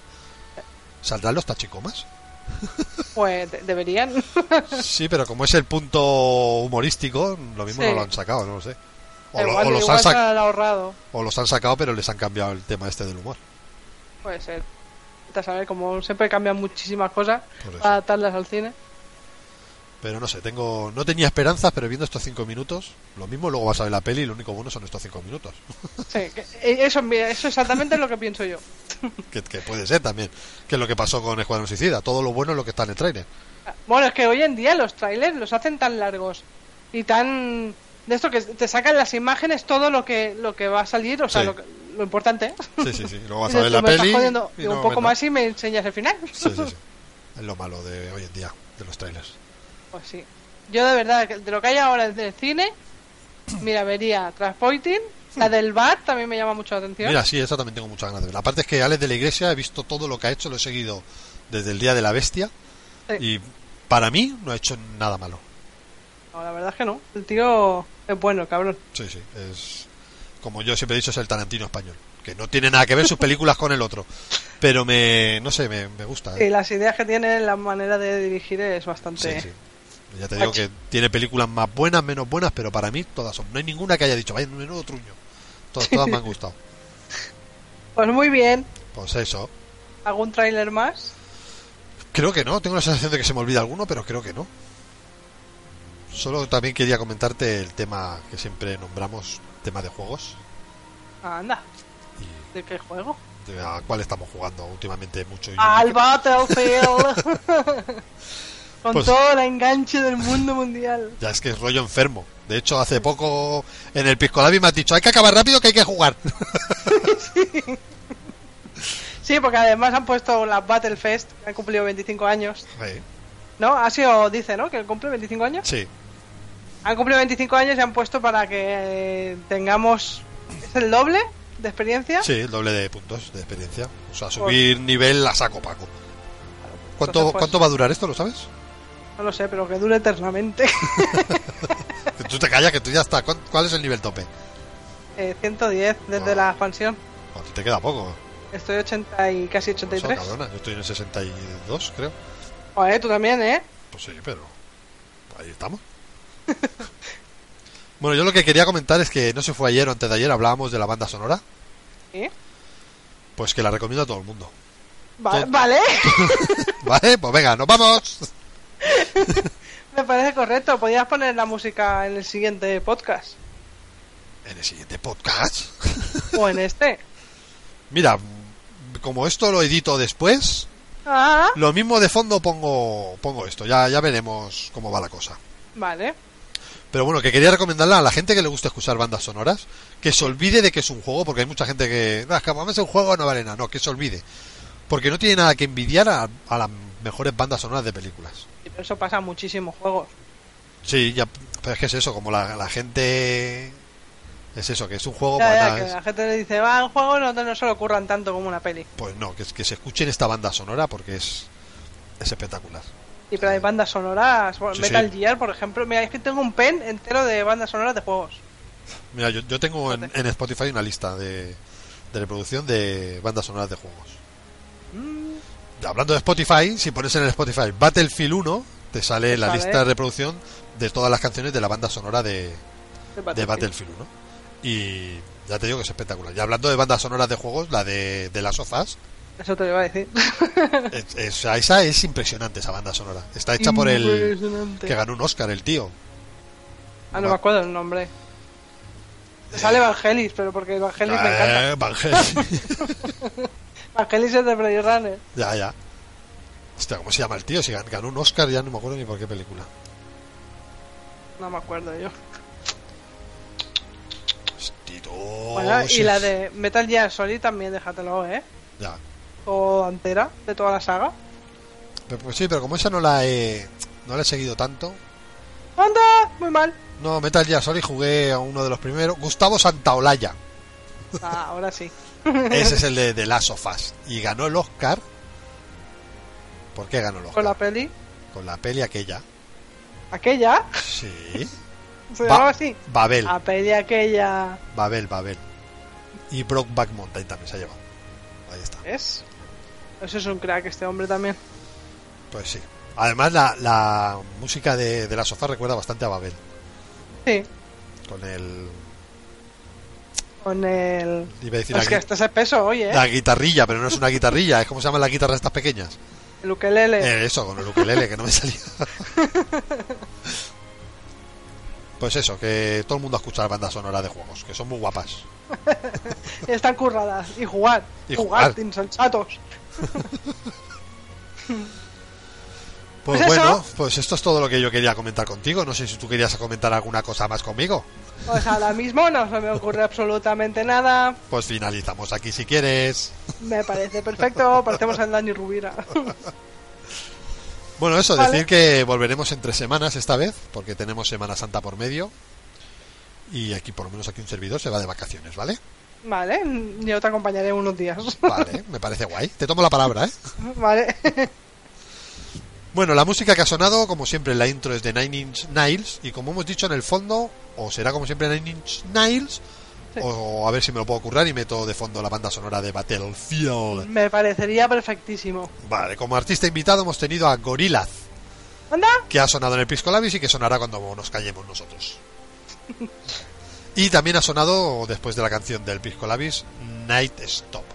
¿Saldrán los tachicomas?
Pues de- deberían.
Sí, pero como es el punto humorístico, lo mismo
Sí.
no lo han sacado, no lo sé. O, lo-
igual
o los
igual
han
se
sac-
han ahorrado.
o los han sacado, pero les han cambiado el tema este del humor.
Puede ser. Pues, eh, Vete a saber, como siempre cambian muchísimas cosas
Por eso.
para adaptarlas al cine.
Pero no sé, tengo no tenía esperanzas, pero viendo estos cinco minutos, lo mismo luego vas a ver la peli y lo único bueno son estos cinco minutos.
Sí, que- eh, eso, mira, eso exactamente es lo que pienso yo.
que, que puede ser también, que es lo que pasó con Escuadrón Suicida. Todo lo bueno es lo que está en el trailer.
Bueno, es que hoy en día los trailers los hacen tan largos y tan... De esto que te sacan las imágenes todo lo que lo que va a salir, o sea,
Sí.
lo, que- lo importante.
Sí, sí, sí. Luego vas
Y
a ver
dices,
la
"Me estás
peli.
jodiendo".
y
Y
no
un poco
ves nada.
más y me enseñas el final.
Sí, sí, sí. Es lo malo de hoy en día, de los trailers.
Pues sí. Yo de verdad, que de lo que hay ahora en el cine, Mira, vería Transpointing. La del bar también me llama mucho la atención.
Mira, sí, esa también tengo muchas ganas de verla. Aparte es que Alex de la Iglesia he visto todo lo que ha hecho, lo he seguido desde el Día de la Bestia
Sí.
y para mí no ha hecho nada malo.
No, la verdad es que no. El tío es bueno, cabrón.
Sí, sí, es como yo siempre he dicho, es el Tarantino español, que no tiene nada que ver sus películas con el otro, pero me, no sé, me, me gusta.
Y
¿eh?
las ideas que tiene, la manera de dirigir es
Sí,
bastante.
sí. Ya te digo que tiene películas más buenas, menos buenas, pero para mí todas son. No hay ninguna que haya dicho, vaya, menudo truño. Todas, todas me han gustado.
Pues muy bien.
Pues eso.
¿Algún tráiler más?
Creo que no, tengo la sensación de que se me olvida alguno, pero creo que no. Solo también quería comentarte el tema que siempre nombramos, tema de juegos,
Ah, anda.
y
¿De qué juego?
de a cuál estamos jugando últimamente mucho. y-
Al Battlefield. Con
Pues-
todo el enganche del mundo mundial.
Ya es que es rollo enfermo. De hecho, hace poco en el Piscolabi me has dicho, hay que acabar rápido que hay que jugar.
Sí, porque además han puesto la Battlefest, que ha cumplido 25 años.
Sí,
¿No? Ha sido, dice, ¿no? Que cumple 25 años.
sí,
Han cumplido 25 años y han puesto para que eh, tengamos. ¿Es el doble de experiencia?
sí, el doble de puntos de experiencia. O sea, subir nivel a saco Paco. ¿Cuánto,
Entonces, pues-
¿Cuánto va a durar esto? ¿Lo sabes?
No lo sé, pero que dure eternamente.
Que tú te callas, que tú ya está. ¿Cuán- ¿Cuál es el nivel tope?
Eh, 110 desde
Wow.
la expansión.
A ti te queda poco.
Estoy 80 y casi
No sé,
83.
cabrona, Yo estoy en el 62, creo.
Joder, tú también, ¿eh?
Pues sí, pero ahí estamos. bueno, yo lo que quería comentar es que no se fue ayer o antes de ayer, hablábamos de la banda sonora.
¿Sí?
Pues que la recomiendo a todo el mundo.
Va-
Tot-
vale,
¿Vale? Pues venga, nos vamos.
me parece correcto. Podías poner la música en el siguiente podcast.
En el siguiente podcast.
O en este.
Mira, como esto lo edito después,
Ah,
lo mismo de fondo pongo pongo esto. Ya, ya veremos cómo va la cosa.
vale.
Pero bueno, que quería recomendarla a la gente que le gusta escuchar bandas sonoras, que se olvide de que es un juego, porque hay mucha gente que, no, es que como es un juego, no vale nada, no, que se olvide. Porque no tiene nada que envidiar a, a las mejores bandas sonoras de películas.
Y por Eso pasa en muchísimos juegos.
Sí, ya, pero es que es eso, como la, la gente... Es eso, que es un juego
Ya,
pues
ya,
nada,
que
es-
la gente le dice, va, el juego no, te- no se lo ocurran tanto como una peli.
Pues no, que, que se escuchen esta banda sonora porque es, es espectacular.
Y pero hay bandas sonoras. bueno,
Sí,
Metal
sí.
Gear, por ejemplo. Mira, es que tengo un pen entero de bandas sonoras de juegos.
Mira, yo, yo tengo en, en Spotify una lista de, de reproducción de bandas sonoras de juegos.
Mm,
Hablando de Spotify, si pones en el Spotify Battlefield 1, te sale la
sale.
lista de reproducción de todas las canciones de la banda sonora de,
De
de
Battlefield.
Battlefield 1. Y ya te digo que es espectacular. Y hablando de bandas sonoras de juegos, la de, de las sofás,
Eso te lo iba a decir.
es- es- esa es impresionante, esa banda sonora. Está hecha por el
Impresionante.
que ganó un Oscar, el tío.
Ah, no me acuerdo el nombre. Me Sale Vangelis, pero porque Vangelis me encanta.
Eh, Vangelis.
Vangelis es de Blade Runner.
ya, ya. Hostia, ¿cómo se llama el tío? Si gan- ganó un Oscar, ya no me acuerdo ni por qué película.
No me acuerdo yo.
Hostito,
Bueno, y
Oh, sí.
la de Metal Gear Solid también, déjatelo, ¿eh?
Ya.
O entera, de toda la saga.
Pero, pues sí, pero como esa no la he, no la he seguido tanto.
¡Anda! Muy mal.
No, Metal Gear Solid jugué a uno de los primeros. Gustavo Santaolalla.
Ah, ahora sí.
Ese es el de, de Last of Us. Y ganó el Oscar. ¿Por qué ganó el Oscar?
Con la peli.
Con la peli aquella.
¿Aquella?
Sí.
¿Se
Ba-
llamaba así?
Babel.
La peli aquella.
Babel, Babel. Y Brokeback Mountain también se ha llevado. Ahí está.
¿Es? Eso es un crack este hombre también.
Pues sí. Además, la, la música de, de la sofá recuerda bastante a Babel.
Sí.
Con el.
Con el...
Iba a decir
Es que
la, gui-
estás espeso hoy, ¿eh?
la guitarrilla, pero no es una guitarrilla. Es como se llaman las guitarras estas pequeñas.
El ukelele.
Eh, eso, con el ukelele, que no me salía. pues eso, que todo el mundo escucha las bandas sonoras de juegos, que son muy guapas.
Están curradas. Y jugar.
Y
jugar,
jugar.
insensatos.
Pues,
Pues
bueno,
eso.
pues esto es todo lo que yo quería comentar contigo. No sé si tú querías comentar alguna cosa más conmigo.
Pues ahora mismo no se me ocurre absolutamente nada.
Pues finalizamos aquí si quieres.
Me parece perfecto. Parecemos al Dani Rubira.
Bueno, eso,
Vale.
decir que volveremos entre semanas esta vez, porque tenemos Semana Santa por medio. y aquí, por lo menos aquí un servidor, se va de vacaciones, ¿vale?
Vale, yo te acompañaré unos días.
Vale, me parece guay. Te tomo la palabra, ¿eh?
vale.
Bueno, la música que ha sonado, como siempre, la intro es de Nine Inch Nails y como hemos dicho en el fondo, o será como siempre Nine Inch Nails, o a ver si me lo puedo currar y meto de fondo la banda sonora de Battlefield.
Me parecería perfectísimo.
Vale, como artista invitado hemos tenido a Gorillaz,
¿Anda?
que ha sonado en el Pisco Labis y que sonará cuando nos callemos nosotros. Y también ha sonado, después de la canción del Pisco Labis, Night Stop.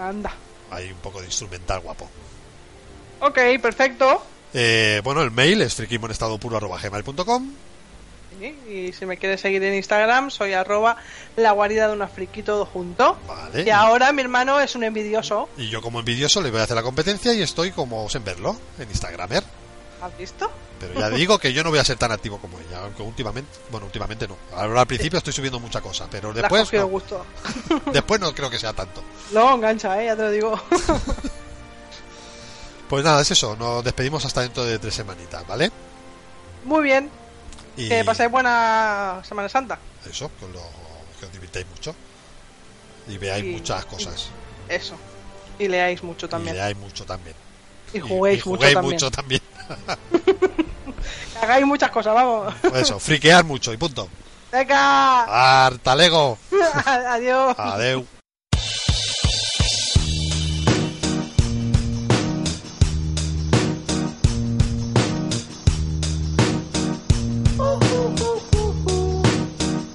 Anda.
Hay un poco de instrumental guapo.
Ok, perfecto.
Eh, bueno, el mail es frikimonestadopuro.com.
Y, y si me quieres seguir en Instagram, soy arroba la guarida de una friki todo junto.
Vale.
Y ahora mi hermano es un envidioso.
Y yo como envidioso le voy a hacer la competencia y estoy como sin verlo en Instagramer.
¿Has visto?
Pero ya digo que yo no voy a ser tan activo como ella, aunque últimamente, bueno, últimamente no. Ahora al principio estoy subiendo mucha cosa, pero
Le has
después
cogido
no,
gusto.
después no creo que sea tanto.
Luego engancha, ¿eh? Ya te lo digo.
Pues nada, es eso, nos despedimos hasta dentro de tres semanitas, ¿vale?
Muy bien.
Y
Que paséis buena Semana Santa.
eso, que, lo- que os divirtáis mucho y veáis
Y-
muchas cosas.
Eso. Y leáis mucho
Y
también.
leáis mucho también.
Y, juguéis,
y
mucho también.
mucho también.
Que Hagáis muchas cosas, vamos.
Eso, friquear mucho y punto. Ah.
Venga.
Hasta luego.
Adiós.
Adeu.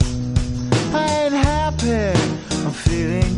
I ain't happy. I'm feeling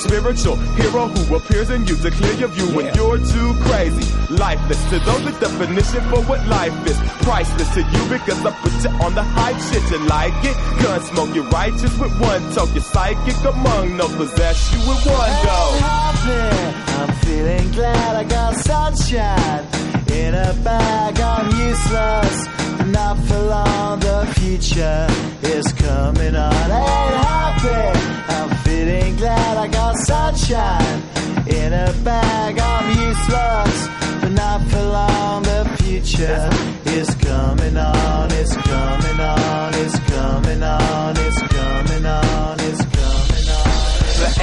spiritual. Hero who appears in you to clear your view when you're too crazy. Lifeless to those the definition for what life is. Priceless to you because I put you on the high shit. You like it? Gun smoke, you're righteous with one toke. You're psychic among no possess you with one go.
I'm happy. I'm feeling glad I got sunshine in a bag. I'm useless, not for long. The future is coming on. Ain't happy. I'm feeling glad I got sunshine in a bag. I'm useless, but not for long. The future is coming on. It's coming on. It's coming on. It's coming on. It's coming on.
The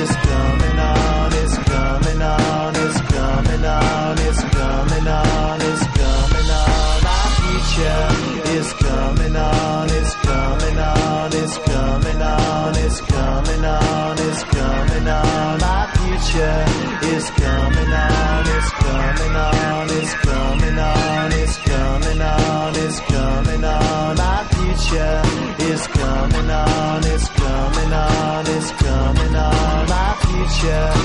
is coming on. It's coming on. It's coming on. It's coming on. It's coming on. My future is coming on, it's coming on, it's coming on, it's coming on, it's coming on. My future is coming on, it's coming on, it's coming on, it's coming on, it's coming future